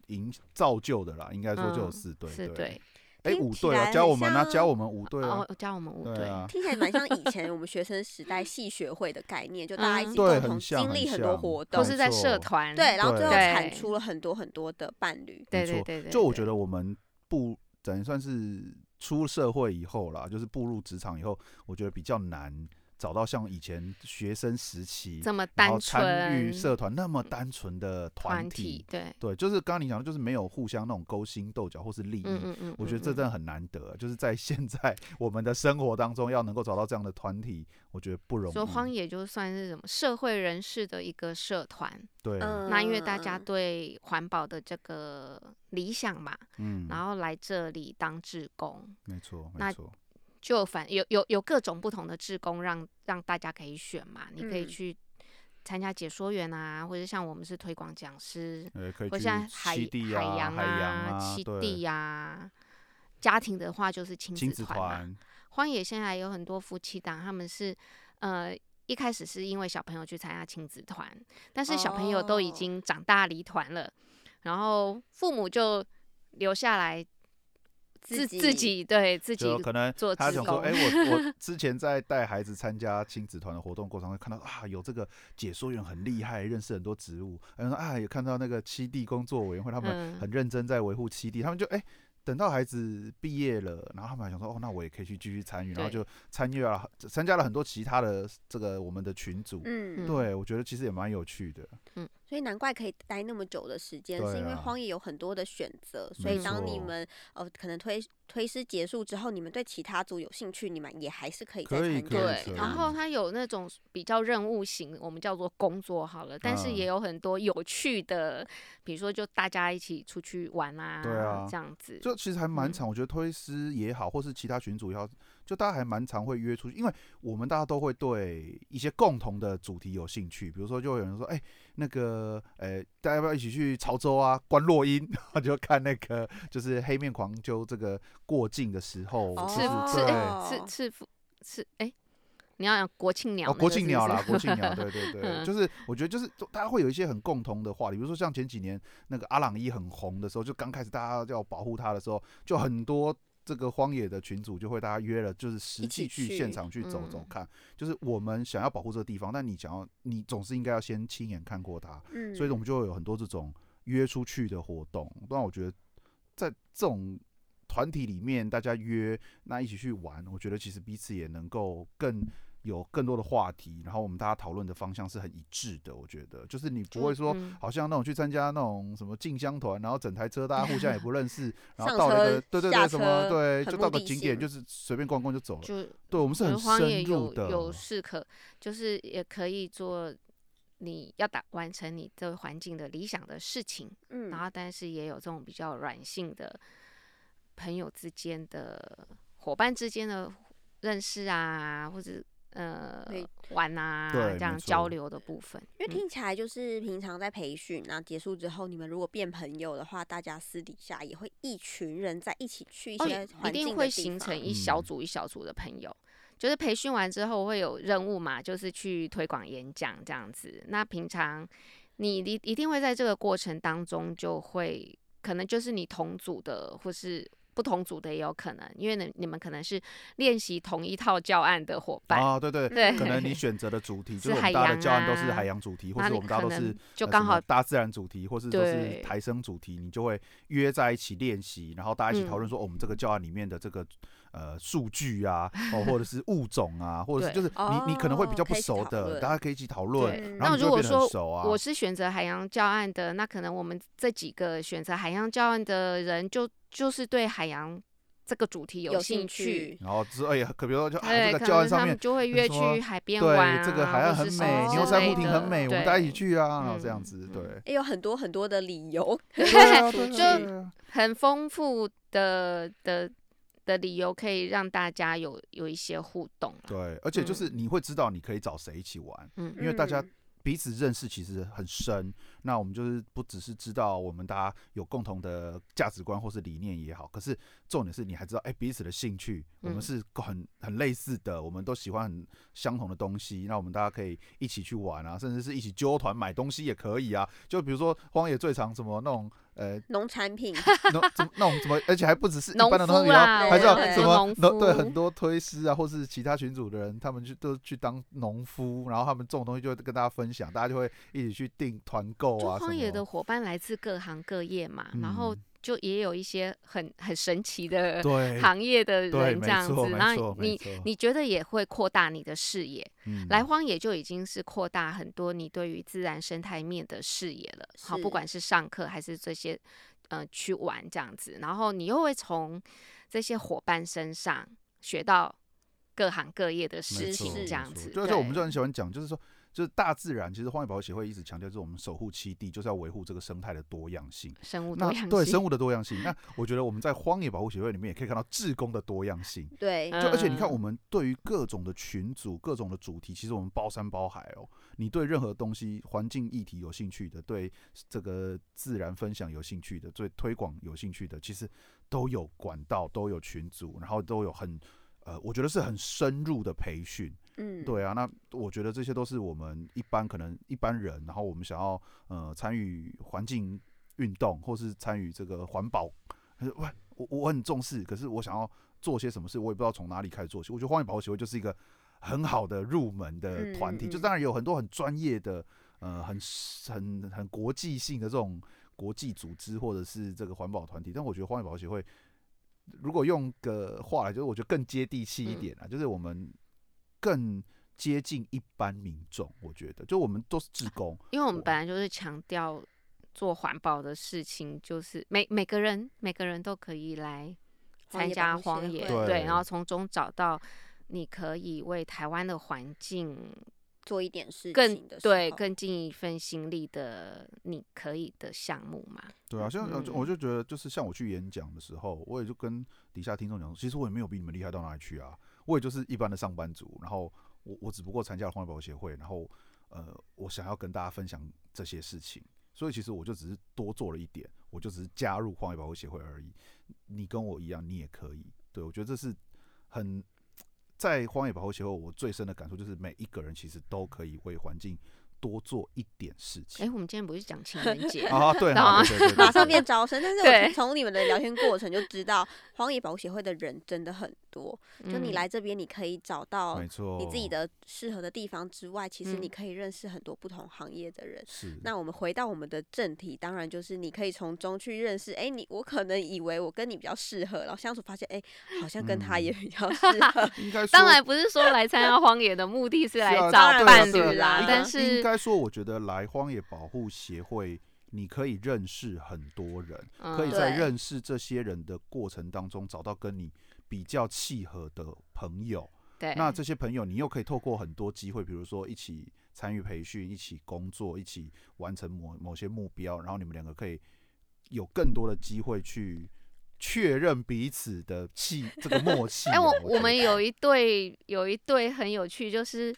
[SPEAKER 6] 赢造就的啦，应该说就有
[SPEAKER 5] 嗯
[SPEAKER 6] 四对，
[SPEAKER 5] 四
[SPEAKER 6] 对，
[SPEAKER 5] 对，
[SPEAKER 6] 哎、
[SPEAKER 2] 听
[SPEAKER 6] 五
[SPEAKER 2] 起
[SPEAKER 6] 对啊，
[SPEAKER 2] 来
[SPEAKER 6] 教
[SPEAKER 2] 很
[SPEAKER 6] 我们啊，教
[SPEAKER 2] 像
[SPEAKER 6] 我们五对啊
[SPEAKER 5] 哦，，教我们五
[SPEAKER 6] 对
[SPEAKER 5] 对，
[SPEAKER 6] 啊，
[SPEAKER 2] 听起来蛮像
[SPEAKER 5] [laughs]
[SPEAKER 2] 以前我们学生时代系学会的概念，就大家一起
[SPEAKER 5] 嗯
[SPEAKER 6] 对
[SPEAKER 2] 共
[SPEAKER 6] 很
[SPEAKER 2] 同
[SPEAKER 6] 像
[SPEAKER 2] 经
[SPEAKER 6] 很
[SPEAKER 2] 历很多
[SPEAKER 6] 像
[SPEAKER 2] 活
[SPEAKER 6] 都
[SPEAKER 5] 或
[SPEAKER 2] 动，
[SPEAKER 5] 是在
[SPEAKER 6] 没
[SPEAKER 5] 社
[SPEAKER 6] 错
[SPEAKER 5] 团，
[SPEAKER 2] 对，然后最后
[SPEAKER 6] 对
[SPEAKER 2] 产出了很多很多的伴侣。
[SPEAKER 5] 对对
[SPEAKER 6] 没错
[SPEAKER 5] 对对，
[SPEAKER 6] 就我
[SPEAKER 5] 对
[SPEAKER 6] 觉得我们不等于算是出社会以后啦，就是步入职场以后，我觉得比较难找到像以前学生时期，
[SPEAKER 5] 这么
[SPEAKER 6] 然后
[SPEAKER 5] 单
[SPEAKER 6] 参与
[SPEAKER 5] 纯
[SPEAKER 6] 社团那么单纯的团
[SPEAKER 5] 团体，对，
[SPEAKER 6] 对，就是刚刚你讲的，就是没有互相那种勾心斗角或是利益。
[SPEAKER 5] 嗯嗯嗯，
[SPEAKER 6] 我觉得
[SPEAKER 5] 嗯
[SPEAKER 6] 这
[SPEAKER 5] 嗯
[SPEAKER 6] 真的很难得，啊就是在现在我们的生活当中，要能够找到这样的团体，我觉得不容易。
[SPEAKER 5] 说荒野就算是什么社会人士的一个社团，
[SPEAKER 6] 对，
[SPEAKER 2] 嗯，
[SPEAKER 5] 那因为大家对环保的这个理想嘛，
[SPEAKER 6] 嗯，
[SPEAKER 5] 然后来这里当志工，
[SPEAKER 6] 没错，没
[SPEAKER 5] 那
[SPEAKER 6] 错，
[SPEAKER 5] 就反有有有各种不同的志工让让大家可以选嘛，你可以
[SPEAKER 2] 嗯
[SPEAKER 5] 去参加解说员啊，或者像我们是推广讲师，
[SPEAKER 6] 呃，可以
[SPEAKER 5] 或
[SPEAKER 6] 去
[SPEAKER 5] 像海
[SPEAKER 6] 西地
[SPEAKER 5] 海
[SPEAKER 6] 啊、
[SPEAKER 5] 洋
[SPEAKER 6] 海洋
[SPEAKER 5] 啊、栖
[SPEAKER 6] 对
[SPEAKER 5] 地啊。家庭的话就是亲
[SPEAKER 6] 亲
[SPEAKER 5] 子
[SPEAKER 6] 子
[SPEAKER 5] 团嘛，
[SPEAKER 6] 团，
[SPEAKER 5] 荒野现在有很多夫妻档，他们是呃一开始是因为小朋友去参加亲子团，但是小朋友都已
[SPEAKER 2] 哦
[SPEAKER 5] 经长大离团了，然后父母就留下来自自己对自己
[SPEAKER 6] 就可能
[SPEAKER 5] 做
[SPEAKER 6] 他
[SPEAKER 5] 志
[SPEAKER 6] 想说，
[SPEAKER 5] 工
[SPEAKER 6] 哎、
[SPEAKER 5] [laughs]
[SPEAKER 6] 我我之前在带孩子参加亲子团的活动过程中，看到啊，有这个解说员很厉害，认识很多植物，然后说啊，也看到那个七地工作委员会他们
[SPEAKER 5] 嗯
[SPEAKER 6] 很认真在维护七地，他们就哎。等到孩子毕业了，然后他们还想说，哦，那我也可以去继续参与，然后
[SPEAKER 5] 对
[SPEAKER 6] 就参与了，参加了很多其他的这个我们的群组。
[SPEAKER 2] 嗯，
[SPEAKER 6] 对，我觉得其实也蛮有趣的。
[SPEAKER 2] 所以难怪可以待那么久的时间，
[SPEAKER 6] 对
[SPEAKER 2] 是因为
[SPEAKER 6] 啊
[SPEAKER 2] 荒野有很多的选择，所
[SPEAKER 6] 没
[SPEAKER 2] 以当你
[SPEAKER 6] 错
[SPEAKER 2] 们呃可能推推师结束之后，你们对其他组有兴趣，你们也还是可以再
[SPEAKER 6] 可以
[SPEAKER 2] 参
[SPEAKER 6] 可
[SPEAKER 2] 加
[SPEAKER 6] 以
[SPEAKER 5] 对
[SPEAKER 2] 其
[SPEAKER 6] 可以
[SPEAKER 5] 然
[SPEAKER 2] 他。
[SPEAKER 5] 后他有那种比较任务型，我们叫做工作好了，但是
[SPEAKER 6] 嗯
[SPEAKER 5] 也有很多有趣的，比如说就大家一起出去玩啊，
[SPEAKER 6] 对啊
[SPEAKER 5] 这样子，
[SPEAKER 6] 就其实还蛮
[SPEAKER 5] 嗯
[SPEAKER 6] 常，我觉得推师也好，或是其他群组也好，就大家还蛮常会约出去，因为我们大家都会对一些共同的主题有兴趣，比如说就会有人说，哎、那个，呃、大家要不要一起去潮州啊，观落阴，然后 [laughs] 就看那个就是黑面狂鸠这个过境的时候，
[SPEAKER 2] 哦
[SPEAKER 6] 就是
[SPEAKER 5] 赤赤
[SPEAKER 6] 对，哦
[SPEAKER 5] 哎赤赤腹赤哎，你要讲国庆鸟那个
[SPEAKER 6] 哦国
[SPEAKER 5] 是
[SPEAKER 6] 庆
[SPEAKER 5] 不
[SPEAKER 6] 鸟
[SPEAKER 5] 是
[SPEAKER 6] 啦，国庆
[SPEAKER 5] [laughs]
[SPEAKER 6] 鸟，对对对，
[SPEAKER 5] 嗯
[SPEAKER 6] 就是我觉得就是都大家会有一些很共同的话题，比如说像前几年那个阿朗伊很红的时候，就刚开始大家要保护他的时候，就很多这个荒野的群组就会大家约了，就是实际
[SPEAKER 2] 一起去
[SPEAKER 6] 去现场去走走
[SPEAKER 5] 嗯
[SPEAKER 6] 看，就是我们想要保护这个地方，但你想要你总是应该要先亲眼看过它，
[SPEAKER 2] 嗯，
[SPEAKER 6] 所以我们就会有很多这种约出去的活动，让我觉得在这种团体里面大家约，那一起去玩，我觉得其实彼此也能够更有更多的话题，然后我们大家讨论的方向是很一致的，我觉得就是你不会说。
[SPEAKER 5] 嗯
[SPEAKER 6] 好像那种去参加那种什么进香团，然后整台车大家互相也不认
[SPEAKER 2] [laughs]
[SPEAKER 6] 识，然后
[SPEAKER 2] 上
[SPEAKER 6] 到了一
[SPEAKER 2] 车
[SPEAKER 6] 个对对
[SPEAKER 2] 下
[SPEAKER 6] 对什么
[SPEAKER 2] 车
[SPEAKER 6] 对，
[SPEAKER 2] 很
[SPEAKER 6] 就
[SPEAKER 2] 目
[SPEAKER 6] 到个
[SPEAKER 2] 的
[SPEAKER 6] 景点
[SPEAKER 2] 性
[SPEAKER 6] 就是随便逛逛就走了。
[SPEAKER 5] 就
[SPEAKER 6] 对我们是
[SPEAKER 5] 我觉
[SPEAKER 6] 呃很
[SPEAKER 5] 得荒
[SPEAKER 6] 深
[SPEAKER 5] 野
[SPEAKER 6] 入
[SPEAKER 5] 有
[SPEAKER 6] 的，哦
[SPEAKER 5] 有事可，就是也可以做你要达完成你对环境的理想的事情，
[SPEAKER 2] 嗯
[SPEAKER 5] 然，后但是也有这种比较软性的朋友之间的伙伴之间的认识啊，或者呃
[SPEAKER 2] 对
[SPEAKER 5] 玩啊，
[SPEAKER 6] 对
[SPEAKER 5] 这
[SPEAKER 6] 没
[SPEAKER 5] 样
[SPEAKER 6] 错
[SPEAKER 5] 交流的部分，
[SPEAKER 2] 因为
[SPEAKER 5] 嗯
[SPEAKER 2] 听起来就是平常在培训，然后结束之后，你们如果变朋友的话，大家私底下也会一群人在一起去一
[SPEAKER 5] 哦
[SPEAKER 2] 些，
[SPEAKER 5] 一
[SPEAKER 2] 环境
[SPEAKER 5] 定
[SPEAKER 2] 的
[SPEAKER 5] 会
[SPEAKER 2] 地
[SPEAKER 5] 形
[SPEAKER 2] 方
[SPEAKER 5] 成一小
[SPEAKER 6] 嗯
[SPEAKER 5] 组一小组的朋友。就是培训完之后会有任务嘛，就是去推广演讲这样子。那平常你一一定会在这个过程当中就会，可能就是你同组的或是。不同组的也有可能，因为你你们可能是练习同一套教案的伙伴，
[SPEAKER 6] 啊，对对，
[SPEAKER 5] 对，
[SPEAKER 6] 可能你选择的主题，
[SPEAKER 5] 是
[SPEAKER 6] 就是我
[SPEAKER 5] 海
[SPEAKER 6] 们大家
[SPEAKER 5] 洋
[SPEAKER 6] 的教案都是
[SPEAKER 5] 啊
[SPEAKER 6] 海洋主题，
[SPEAKER 5] [laughs]
[SPEAKER 6] 或
[SPEAKER 5] 那
[SPEAKER 6] 是
[SPEAKER 5] 你
[SPEAKER 6] 我们大家
[SPEAKER 5] 可
[SPEAKER 6] 都是
[SPEAKER 5] 能就
[SPEAKER 6] 呃
[SPEAKER 5] 刚
[SPEAKER 6] 什么
[SPEAKER 5] 好
[SPEAKER 6] 大自然主题，或是都是
[SPEAKER 5] 对
[SPEAKER 6] 台生主题，你就会约在一起练习，然后大家一起讨论
[SPEAKER 5] 嗯
[SPEAKER 6] 说、哦我们这个教案里面的这个呃数据啊，
[SPEAKER 5] [laughs]
[SPEAKER 6] 哦或者是物种啊，或者是
[SPEAKER 5] 对
[SPEAKER 6] 就是你你可能会比
[SPEAKER 2] 哦
[SPEAKER 6] 较不
[SPEAKER 2] 可以一起
[SPEAKER 6] 熟
[SPEAKER 2] 讨
[SPEAKER 6] 的，
[SPEAKER 2] 论
[SPEAKER 6] 大家可以一起讨
[SPEAKER 5] 对
[SPEAKER 6] 论，
[SPEAKER 2] 嗯
[SPEAKER 6] 然
[SPEAKER 5] 那
[SPEAKER 6] 后你就
[SPEAKER 5] 如
[SPEAKER 6] 会
[SPEAKER 5] 果
[SPEAKER 6] 变得很
[SPEAKER 5] 说
[SPEAKER 6] 熟啊。
[SPEAKER 5] 我是选择海洋教案的，那可能我们这几个选择海洋教案的人就就是对海洋这个主题
[SPEAKER 2] 有
[SPEAKER 5] 兴
[SPEAKER 2] 兴趣
[SPEAKER 6] 然后之后也可比如说就啊
[SPEAKER 5] 对，
[SPEAKER 6] 这个
[SPEAKER 5] 可
[SPEAKER 6] 教
[SPEAKER 5] 能
[SPEAKER 6] 案上
[SPEAKER 5] 他
[SPEAKER 6] 面
[SPEAKER 5] 们就会约
[SPEAKER 6] 什么
[SPEAKER 5] 去海边玩啊，
[SPEAKER 6] 对这个海岸
[SPEAKER 5] 或
[SPEAKER 6] 很
[SPEAKER 5] 是什
[SPEAKER 6] 美，
[SPEAKER 5] 么
[SPEAKER 6] 牛
[SPEAKER 5] 之
[SPEAKER 6] 山
[SPEAKER 5] 类
[SPEAKER 6] 湖亭很
[SPEAKER 5] 的
[SPEAKER 6] 美，我们大家一
[SPEAKER 5] [laughs]
[SPEAKER 6] 起
[SPEAKER 5] 对
[SPEAKER 6] 去啊，然后这样
[SPEAKER 5] 嗯
[SPEAKER 6] 子，
[SPEAKER 5] 嗯
[SPEAKER 6] 对。
[SPEAKER 2] 也有很多很多的理由，
[SPEAKER 6] 对啊对
[SPEAKER 5] [laughs]
[SPEAKER 6] 啊
[SPEAKER 5] 就
[SPEAKER 6] 对啊
[SPEAKER 5] 很丰富的的的理由，可以让大家有有一些互动啦。
[SPEAKER 6] 对，而且就是你会知道你可以找谁一起玩，
[SPEAKER 5] 嗯
[SPEAKER 6] 因为大家
[SPEAKER 2] 嗯
[SPEAKER 6] 彼此认识其实很深。那我们就是不只是知道我们大家有共同的价值观或是理念也好，可是重点是你还知道哎、彼此的兴趣，我们
[SPEAKER 5] 嗯
[SPEAKER 6] 是很很类似的，我们都喜欢很相同的东西，那我们大家可以一起去玩啊，甚至是一起揪团买东西也可以啊。就比如说荒野最常什么那种呃
[SPEAKER 2] 农产
[SPEAKER 5] [laughs]
[SPEAKER 2] 品
[SPEAKER 6] 农怎 [laughs] 么那种怎么，而且还不只是一
[SPEAKER 5] 农
[SPEAKER 6] 般的
[SPEAKER 5] 夫
[SPEAKER 6] 农民哦，
[SPEAKER 5] 啦
[SPEAKER 6] 还是要
[SPEAKER 2] 我们
[SPEAKER 6] 什
[SPEAKER 2] 有
[SPEAKER 6] 么
[SPEAKER 5] 很多农
[SPEAKER 6] 农对
[SPEAKER 5] 夫
[SPEAKER 6] 很多推师啊，或是其他群组的人，他们去都去当农夫，然后他们这种东西就会跟大家分享，大家就会一起去订团购
[SPEAKER 5] 就
[SPEAKER 6] 啊什
[SPEAKER 5] 荒野的
[SPEAKER 6] 么。
[SPEAKER 5] 伙伴来自各行各业嘛，然后
[SPEAKER 6] 嗯
[SPEAKER 5] 就也有一些很很神奇的
[SPEAKER 6] 对
[SPEAKER 5] 行业的
[SPEAKER 6] 对，
[SPEAKER 5] 人
[SPEAKER 6] 没
[SPEAKER 5] 这样
[SPEAKER 6] 错
[SPEAKER 5] 子，
[SPEAKER 6] 没
[SPEAKER 5] 然
[SPEAKER 6] 错
[SPEAKER 5] 后
[SPEAKER 6] 没
[SPEAKER 5] 你
[SPEAKER 6] 错，
[SPEAKER 5] 你觉得也会扩大你的视野。
[SPEAKER 6] 嗯
[SPEAKER 5] 来荒野就已经是扩大很多你对于自然生态面的视野了。好，
[SPEAKER 2] 是
[SPEAKER 5] 不管是上课还是这些，呃，去玩这样子，然后你又会从这些伙伴身上学到各行各业的
[SPEAKER 6] 没
[SPEAKER 5] 事
[SPEAKER 6] 错
[SPEAKER 5] 情，
[SPEAKER 6] 没
[SPEAKER 5] 这样
[SPEAKER 6] 错
[SPEAKER 5] 子。
[SPEAKER 6] 就而且我们
[SPEAKER 5] 对
[SPEAKER 6] 就很喜欢讲，就是说，就是大自然，其实荒野保护协会一直强调，就是我们守护栖地，就是要维护这个生态的多样性。
[SPEAKER 5] 生物多
[SPEAKER 6] 那
[SPEAKER 5] 样性，
[SPEAKER 6] 对生物的多样性，那我觉得我们在荒野保护协会里面也可以看到志工的多样性。
[SPEAKER 2] 对，
[SPEAKER 5] 嗯
[SPEAKER 6] 就而且你看，我们对于各种的群组、各种的主题，其实我们包山包海哦。你对任何东西、环境议题有兴趣的，对这个自然分享有兴趣的，对推广有兴趣的，其实都有管道，都有群组，然后都有很呃，我觉得是很深入的培训。
[SPEAKER 2] 嗯，
[SPEAKER 6] 对啊，那我觉得这些都是我们一般可能一般人，然后我们想要呃参与环境运动，或是参与这个环保，呃喂，我我很重视，可是我想要做些什么事，我也不知道从哪里开始做起。我觉得荒野保护协会就是一个很好的入门的团体，
[SPEAKER 2] 嗯嗯
[SPEAKER 6] 就
[SPEAKER 2] 嗯
[SPEAKER 6] 当然有很多很专业的，呃，很很很国际性的这种国际组织或者是这个环保团体，但我觉得荒野保护协会。如果用个话来，就是我觉得更接地气一
[SPEAKER 5] 嗯
[SPEAKER 6] 点啊，就是我们更接近一般民众。我觉得，就我们都是志工，
[SPEAKER 5] 因为我们本来就是强调做环保的事情，就是每每个人每个人都可以来
[SPEAKER 2] 荒
[SPEAKER 5] 参
[SPEAKER 2] 野
[SPEAKER 5] 加
[SPEAKER 2] 保护
[SPEAKER 5] 荒
[SPEAKER 2] 协
[SPEAKER 5] 野，
[SPEAKER 2] 会
[SPEAKER 6] 对
[SPEAKER 5] 然后从中找到你可以为台湾的环境
[SPEAKER 2] 做一点事
[SPEAKER 5] 更
[SPEAKER 2] 情的时
[SPEAKER 5] 对
[SPEAKER 2] 候
[SPEAKER 5] 更尽一份心力的你可以的项目嘛。
[SPEAKER 6] 对啊，像呃就
[SPEAKER 5] 嗯
[SPEAKER 6] 我就觉得，就是像我去演讲的时候，我也就跟底下听众讲说，其实我也没有比你们厉害到哪里去啊，我也就是一般的上班族，然后我我只不过参加了环保协会，然后呃，我想要跟大家分享这些事情，所以其实我就只是多做了一点，我就只是加入环保协会而已。你跟我一样，你也可以。对我觉得这是很在荒野保护协会，我最深的感受就是每一个人其实都可以为环境多做一点事
[SPEAKER 5] 哎、
[SPEAKER 6] 情。
[SPEAKER 5] 我们今天不是讲情人
[SPEAKER 6] [laughs]
[SPEAKER 5] 节，
[SPEAKER 6] 啊，对
[SPEAKER 5] 懂
[SPEAKER 6] 啊，对对对对
[SPEAKER 2] 马上
[SPEAKER 6] 对
[SPEAKER 5] [laughs]
[SPEAKER 2] 变招生。但是
[SPEAKER 5] 对
[SPEAKER 2] 我从你们的聊天过程就知道，荒野保护协会的人真的很多。就你
[SPEAKER 5] 嗯
[SPEAKER 2] 来这边，你可以找到
[SPEAKER 5] 哦
[SPEAKER 6] 没错，
[SPEAKER 2] 你自己的适合的地方之外，其实
[SPEAKER 5] 嗯
[SPEAKER 2] 你可以认识很多不同行业的人。
[SPEAKER 6] 是
[SPEAKER 2] 那我们回到我们的正题，当然就是你可以从中去认识，哎、你我可能以为我跟你比较适合，然后相处发现，哎、好像跟他也比较适合，
[SPEAKER 6] 应该
[SPEAKER 5] 当
[SPEAKER 6] 说
[SPEAKER 5] 然不是说来参加荒野的目的是来
[SPEAKER 6] 啊
[SPEAKER 5] 找
[SPEAKER 6] 当然
[SPEAKER 5] 伴
[SPEAKER 6] 是
[SPEAKER 5] 侣
[SPEAKER 6] 啊
[SPEAKER 2] 啦
[SPEAKER 5] 啦
[SPEAKER 2] 应，
[SPEAKER 5] 但
[SPEAKER 6] 应
[SPEAKER 5] 是
[SPEAKER 6] 该说，我觉得来荒野保护协会，你可以认识很多人，可以
[SPEAKER 5] 嗯
[SPEAKER 6] 在
[SPEAKER 2] 对
[SPEAKER 6] 认识这些人的过程当中找到跟你比较契合的朋友。
[SPEAKER 5] 对
[SPEAKER 6] 那这些朋友，你又可以透过很多机会，比如说一起参与培训、一起工作、一起完成某某些目标，然后你们两个可以有更多的机会去确认彼此的契这个默契啊。
[SPEAKER 5] 哎、我
[SPEAKER 6] 觉
[SPEAKER 5] 我们
[SPEAKER 6] 得
[SPEAKER 5] 有一对有一对很有趣，就是，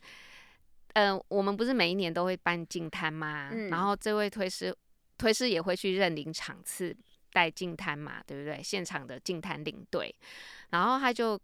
[SPEAKER 5] 嗯、我们不是每一年都会办净滩嘛，
[SPEAKER 2] 嗯
[SPEAKER 5] 然后这位推师推师也会去认领场次带净滩嘛，对不对？现场的净滩领队，然后他就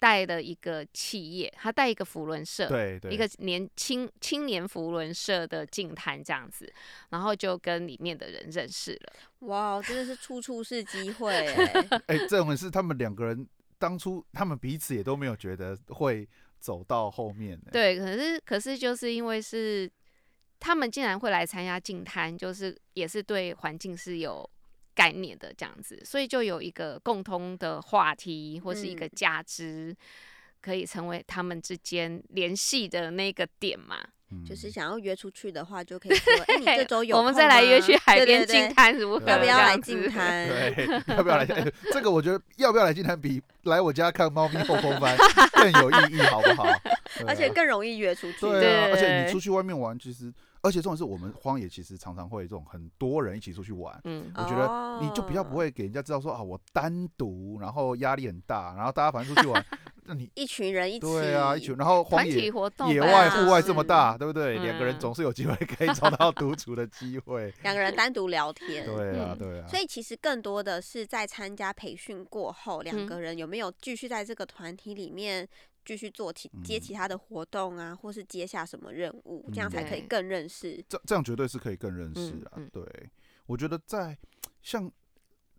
[SPEAKER 5] 带了一个企业，他带一个福伦社，
[SPEAKER 6] 对对
[SPEAKER 5] 一个年青青年福伦社的净滩这样子，然后就跟里面的人认识了。
[SPEAKER 2] [laughs] 哇，真的是处处是机 [laughs] 会、哎
[SPEAKER 6] 哎、这
[SPEAKER 2] [laughs]
[SPEAKER 6] 种是他们两个人当初他们彼此也都没有觉得会走到后面、欸。，
[SPEAKER 5] 对，可是可是就是因为是他们竟然会来参加净滩，就是也是对环境是有概念的这样子，所以就有一个共通的话题或是一个
[SPEAKER 2] 嗯
[SPEAKER 5] 价值，可以成为他们之间联系的那个点嘛。
[SPEAKER 6] 嗯
[SPEAKER 2] 就是想要约出去的话，就可以说， [laughs] 哎、你这周有
[SPEAKER 5] 我们再来约
[SPEAKER 2] 空
[SPEAKER 5] 去
[SPEAKER 2] 吗
[SPEAKER 5] 海
[SPEAKER 2] 对
[SPEAKER 5] 边
[SPEAKER 2] 对对
[SPEAKER 5] 进滩，如何？
[SPEAKER 2] 要不要
[SPEAKER 5] 这
[SPEAKER 2] 来
[SPEAKER 5] 样
[SPEAKER 2] 进
[SPEAKER 5] 子？
[SPEAKER 2] 滩？
[SPEAKER 6] 对，要
[SPEAKER 2] [laughs]
[SPEAKER 6] 不要来？哎这个我觉得要不要来金坛比来我家看猫咪后空翻更有意义，好不好？对
[SPEAKER 2] [laughs] 而且更容易约出去。
[SPEAKER 6] 对啊，
[SPEAKER 5] 对
[SPEAKER 6] 而且你出去外面玩，其实而且重点是我们荒野其实常常会这种很多人一起出去玩，
[SPEAKER 5] 嗯，
[SPEAKER 6] 我觉得你就比较不
[SPEAKER 2] 哦
[SPEAKER 6] 会给人家知道说啊我单独，然后压力很大，然后大家反正出
[SPEAKER 2] [laughs]
[SPEAKER 6] 去玩，那你
[SPEAKER 2] 一群人一起，
[SPEAKER 6] 对啊一群，然后荒
[SPEAKER 5] 团
[SPEAKER 6] 野
[SPEAKER 5] 体活动，
[SPEAKER 6] 野
[SPEAKER 2] 吧
[SPEAKER 6] 外户外这
[SPEAKER 2] 是
[SPEAKER 6] 么大，对不对？两个人
[SPEAKER 5] 嗯
[SPEAKER 6] 总是有机会可以找到独处的机会。
[SPEAKER 2] 两个人单独聊天。
[SPEAKER 6] 对啊，
[SPEAKER 5] 嗯
[SPEAKER 6] 对啊
[SPEAKER 2] 所。以其实更多的是在参加培训过后，两
[SPEAKER 5] 嗯
[SPEAKER 2] 个人有没有继续在这个团体里面继续做其接
[SPEAKER 6] 嗯
[SPEAKER 2] 其他的活动啊，或是接下什么任务，这样
[SPEAKER 6] 嗯
[SPEAKER 2] 才可以
[SPEAKER 5] 对
[SPEAKER 2] 更认识。
[SPEAKER 6] 这这样绝对是可以更认识
[SPEAKER 5] 嗯
[SPEAKER 6] 啊。
[SPEAKER 5] 嗯
[SPEAKER 6] 对，我觉得在像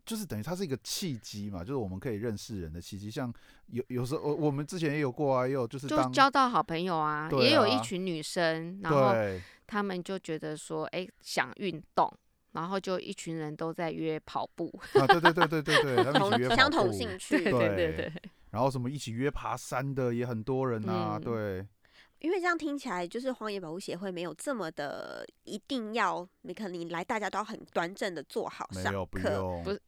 [SPEAKER 6] 就是等于它是一个契机嘛，就是我们可以认识人的契机。像有有时候我我们之前也有过啊，也有就是
[SPEAKER 5] 就
[SPEAKER 6] 当
[SPEAKER 5] 交到好朋友啊，
[SPEAKER 6] 对
[SPEAKER 5] 也有
[SPEAKER 6] 啊
[SPEAKER 5] 一群女生，然后
[SPEAKER 6] 对
[SPEAKER 5] 他们就觉得说，哎、想运动，然后就一群人都在约跑步， [laughs]
[SPEAKER 6] 啊，对对对对对对，他们一起约
[SPEAKER 2] 同
[SPEAKER 6] 跑
[SPEAKER 2] 相同
[SPEAKER 6] 步 [laughs]
[SPEAKER 2] 兴
[SPEAKER 5] 对
[SPEAKER 2] 趣，
[SPEAKER 5] 对
[SPEAKER 6] 对
[SPEAKER 5] 对对，
[SPEAKER 6] 然后什么一起约爬山的也很多人啊，
[SPEAKER 5] 嗯
[SPEAKER 6] 对
[SPEAKER 2] 因为这样听起来就是荒野保护协会没有这么的一定要，你可能你来大家都要很端正的做好
[SPEAKER 6] 没
[SPEAKER 2] 上
[SPEAKER 6] 有不
[SPEAKER 2] 课，
[SPEAKER 6] 用
[SPEAKER 5] 不是，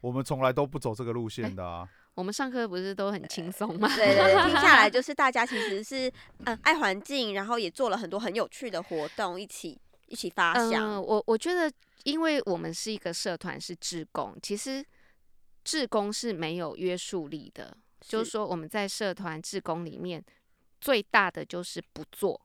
[SPEAKER 6] 我们从来都不走这个路线的啊，
[SPEAKER 5] 我们上课不是都
[SPEAKER 2] 呃
[SPEAKER 5] 很轻松吗？
[SPEAKER 2] 对对对，听下
[SPEAKER 6] [laughs]
[SPEAKER 2] 来就是大家其实是嗯爱环境，然后也做了很多很有趣的活动，一起一起发
[SPEAKER 5] 嗯、
[SPEAKER 2] 想。
[SPEAKER 5] 我我觉得，因为我们是一个社团，是志工，其实志工是没有约束力的，就是说我们在社团志工里面。最大的就是不做，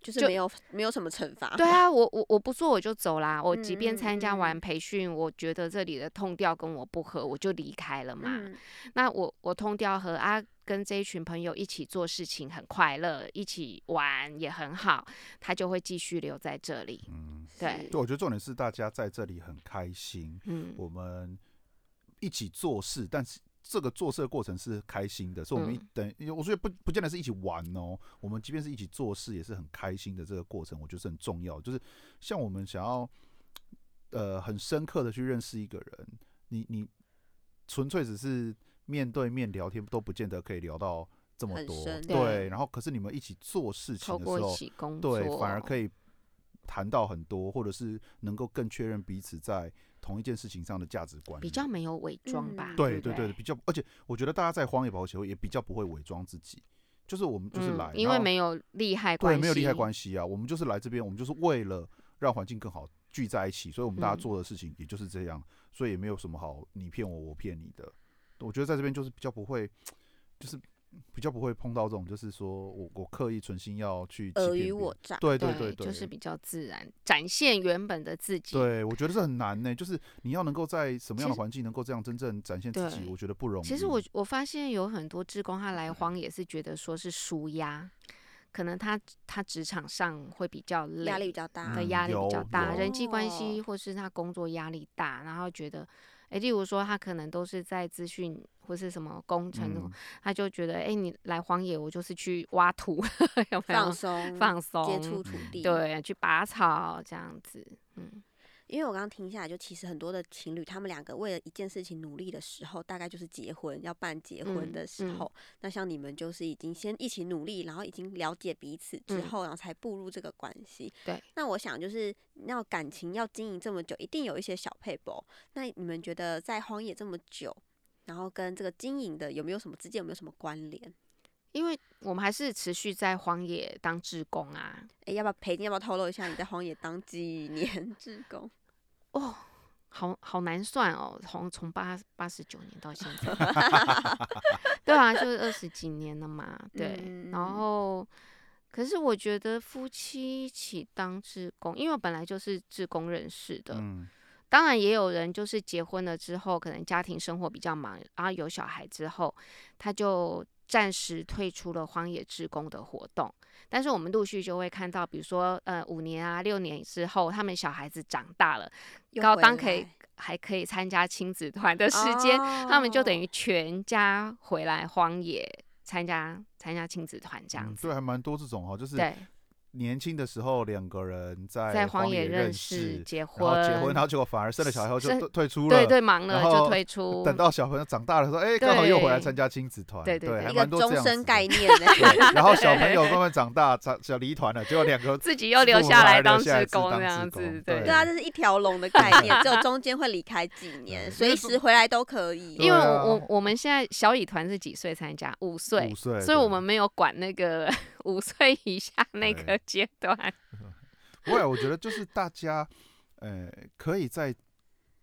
[SPEAKER 2] 就是
[SPEAKER 5] 就
[SPEAKER 2] 没有没有什么惩罚。
[SPEAKER 5] 对啊，我我我不做我就走啦。我
[SPEAKER 2] 嗯
[SPEAKER 5] 即
[SPEAKER 2] 嗯
[SPEAKER 5] 便参加
[SPEAKER 2] 嗯
[SPEAKER 5] 完培训，我觉得这里的痛调跟我不合，我就离开了嘛。
[SPEAKER 2] 嗯，
[SPEAKER 5] 那我我通调和啊，跟这一群朋友一起做事情很快乐，一起玩也很好，他就会继续留在这里。
[SPEAKER 6] 嗯，
[SPEAKER 5] 对
[SPEAKER 6] 对，我觉得重点是大家在这里很开心，
[SPEAKER 5] 嗯，
[SPEAKER 6] 我们一起做事，但是这个做事的过程是开心的，所以我们一
[SPEAKER 5] 嗯
[SPEAKER 6] 等，因为我觉得不不见得是一起玩哦，我们即便是一起做事，也是很开心的这个过程，我觉得是很重要的。就是像我们想要呃很深刻的去认识一个人，你你纯粹只是面对面聊天都不见得可以聊到这么
[SPEAKER 2] 很
[SPEAKER 6] 多，
[SPEAKER 2] 深
[SPEAKER 6] 对。然后可是你们一起做事情
[SPEAKER 5] 透
[SPEAKER 6] 的
[SPEAKER 5] 过
[SPEAKER 6] 时
[SPEAKER 5] 一
[SPEAKER 6] 候，
[SPEAKER 5] 起工作，
[SPEAKER 6] 对，反而
[SPEAKER 5] 以。
[SPEAKER 6] 可以谈到很多，或者是能够更确认彼此在同一件事情上的价值观
[SPEAKER 5] 比
[SPEAKER 6] 念
[SPEAKER 5] 较没有伪装吧
[SPEAKER 2] 嗯，
[SPEAKER 6] 对
[SPEAKER 5] 对
[SPEAKER 6] 对
[SPEAKER 5] 不
[SPEAKER 6] 对，比较，而且我觉得大家在荒野保护协会也比较不会伪装自己，就是我们就是
[SPEAKER 5] 嗯
[SPEAKER 6] 来，
[SPEAKER 5] 因
[SPEAKER 6] 然
[SPEAKER 5] 为
[SPEAKER 6] 后
[SPEAKER 5] 没有利害关
[SPEAKER 6] 对
[SPEAKER 5] 系，
[SPEAKER 6] 没有利害关系啊，我们就是来这边，我们就是为了让环境更好聚在一起，所以我们大家
[SPEAKER 5] 嗯
[SPEAKER 6] 做的事情也就是这样，所以也没有什么好你骗我我骗你的，我觉得在这边就是比较不会，就是比较不会碰到这种，就是说我我刻意存心要去欺
[SPEAKER 2] 尔
[SPEAKER 6] 骗
[SPEAKER 2] 虞
[SPEAKER 6] 别
[SPEAKER 2] 我
[SPEAKER 6] 人。
[SPEAKER 2] 诈。
[SPEAKER 6] 对
[SPEAKER 5] 对
[SPEAKER 6] 对对，
[SPEAKER 5] 就是比较自然，展现原本的自己。
[SPEAKER 6] 对，我觉得这很难呢、就是你要能够在什么样
[SPEAKER 5] 其
[SPEAKER 6] 的
[SPEAKER 5] 实
[SPEAKER 6] 环境能够这样真正展现自己，
[SPEAKER 5] 对
[SPEAKER 6] 我觉得不容易。
[SPEAKER 5] 其实我我发现有很多志工他来荒野是觉得说是舒压，可能他他职场上会比较累，
[SPEAKER 2] 压力比较大
[SPEAKER 5] 的
[SPEAKER 6] 嗯，
[SPEAKER 5] 压力比较
[SPEAKER 6] 有
[SPEAKER 5] 大，
[SPEAKER 6] 有
[SPEAKER 5] 人际关系
[SPEAKER 2] 哦
[SPEAKER 5] 或是他工作压力大，然后觉得，诶，例如说他可能都是在资讯或是什么工程，
[SPEAKER 6] 嗯
[SPEAKER 5] 他就觉得，诶，你来荒野，我就是去挖土， [laughs] 有没
[SPEAKER 2] 放
[SPEAKER 5] 有？
[SPEAKER 2] 松，
[SPEAKER 5] 放松，
[SPEAKER 2] 接触土
[SPEAKER 6] 嗯
[SPEAKER 2] 地。，
[SPEAKER 5] 对，去拔草这样子，嗯，
[SPEAKER 2] 因为我刚刚停下来，就其实很多的情侣，他们两个为了一件事情努力的时候，大概就是结婚，要办结婚
[SPEAKER 5] 嗯
[SPEAKER 2] 的时
[SPEAKER 5] 嗯
[SPEAKER 2] 候。那像你们就是已经先一起努力，然后已经了解彼此之
[SPEAKER 5] 嗯
[SPEAKER 2] 后，然后才步入这个关系。
[SPEAKER 5] 对。
[SPEAKER 2] 那我想就是，那感情要经营这么久，一定有一些小配博。那你们觉得在荒野这么久，然后跟这个经营的有没有什么之间有没有什么关联？
[SPEAKER 5] 因为我们还是持续在荒野当志工啊，
[SPEAKER 2] 哎、要不要裴金？要不要透露一下你在荒野当几年志工？
[SPEAKER 5] 哦。好好难算哦，从从八八十九年到现在， [laughs] 对啊，就是二十几年了嘛，对。
[SPEAKER 2] 嗯
[SPEAKER 5] 然后，可是我觉得夫妻一起当志工，因为我本来就是志工认识的。
[SPEAKER 6] 嗯，
[SPEAKER 5] 当然，也有人就是结婚了之后，可能家庭生活比较忙，然后有小孩之后，他就暂时退出了荒野志工的活动。但是我们陆续就会看到，比如说呃五年啊六年之后，他们小孩子长大了，
[SPEAKER 2] 又
[SPEAKER 5] 高
[SPEAKER 2] 回
[SPEAKER 5] 当可以
[SPEAKER 2] 来哦
[SPEAKER 5] 还可以参加亲子团的时间，他们就等
[SPEAKER 6] 哦
[SPEAKER 5] 于全家回来荒野参加参加亲子团这样
[SPEAKER 6] 嗯
[SPEAKER 5] 子。
[SPEAKER 6] 对，还蛮多这种哈，就是
[SPEAKER 5] 对
[SPEAKER 6] 年轻的时候两个人在
[SPEAKER 5] 在
[SPEAKER 6] 荒
[SPEAKER 5] 野
[SPEAKER 6] 认
[SPEAKER 5] 识、
[SPEAKER 6] 识，
[SPEAKER 5] 结
[SPEAKER 6] 然后
[SPEAKER 5] 婚、
[SPEAKER 6] 结婚，然后结果反而生了小孩后就
[SPEAKER 5] 生
[SPEAKER 6] 退退出了，
[SPEAKER 5] 对对，忙
[SPEAKER 6] 然
[SPEAKER 5] 了
[SPEAKER 6] 后
[SPEAKER 5] 就退出。
[SPEAKER 6] 等到小朋友长大了说，哎，刚好又回来
[SPEAKER 5] 对
[SPEAKER 6] 参加亲子团，
[SPEAKER 5] 对对对
[SPEAKER 6] 还
[SPEAKER 2] 一个
[SPEAKER 6] 蛮多这
[SPEAKER 2] 终
[SPEAKER 6] 样
[SPEAKER 2] 身
[SPEAKER 6] 子
[SPEAKER 2] 概
[SPEAKER 6] [laughs] 的。
[SPEAKER 2] 念欸呢、
[SPEAKER 6] 对，然
[SPEAKER 5] [laughs]
[SPEAKER 6] 后小朋友慢慢长大，长小离团了，结果两个
[SPEAKER 5] 自己又
[SPEAKER 6] 父
[SPEAKER 5] 留
[SPEAKER 6] 母
[SPEAKER 5] 下
[SPEAKER 6] 还
[SPEAKER 5] 来
[SPEAKER 6] 留
[SPEAKER 5] 当
[SPEAKER 6] 下来
[SPEAKER 5] 志
[SPEAKER 6] 自当
[SPEAKER 5] 工这
[SPEAKER 6] 志
[SPEAKER 5] 样
[SPEAKER 6] 工
[SPEAKER 5] 子，
[SPEAKER 6] 对
[SPEAKER 2] 对啊，这是一条龙的概念， [laughs] 只有中间会离开几年，随时回来都可以。
[SPEAKER 5] 因为
[SPEAKER 6] 对啊
[SPEAKER 5] 我我我们现在小乙团是几岁参加？五岁
[SPEAKER 6] 五，岁，
[SPEAKER 5] 所以
[SPEAKER 6] 对
[SPEAKER 5] 我们没有管那个 [laughs] 五岁以下那
[SPEAKER 6] 对
[SPEAKER 5] 个阶段。
[SPEAKER 6] 不会，我觉得就是大家，呃，可以在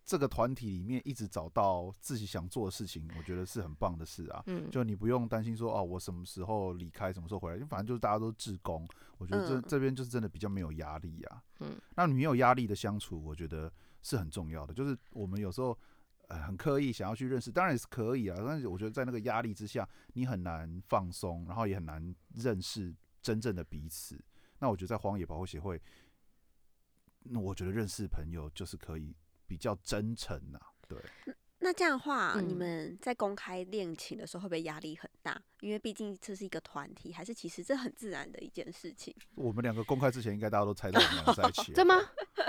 [SPEAKER 6] 这个团体里面一直找到自己想做的事情，我觉得是很棒的事啊。
[SPEAKER 5] 嗯，
[SPEAKER 6] 就你不用担心说哦，我什么时候离开，什么时候回来，因为反正就是大家都志工，我觉得这、
[SPEAKER 2] 嗯
[SPEAKER 6] 这边就是真的比较没有压力啊。
[SPEAKER 5] 嗯，
[SPEAKER 6] 那没有压力的相处，我觉得是很重要的。就是我们有时候呃很刻意想要去认识，当然也是可以啊，但是我觉得在那个压力之下，你很难放松，然后也很难认识真正的彼此。那我觉得在荒野保护协会，那我觉得认识朋友就是可以比较真诚呐、对，
[SPEAKER 2] 那这样的话，
[SPEAKER 5] 嗯
[SPEAKER 2] 你们在公开恋情的时候会不会压力很大？因为毕竟这是一个团体，还是其实这很自然的一件事情。
[SPEAKER 6] 我们两个公开之前，应该大家都猜到我们两个在一起
[SPEAKER 5] [laughs]
[SPEAKER 6] 了。
[SPEAKER 5] 真吗？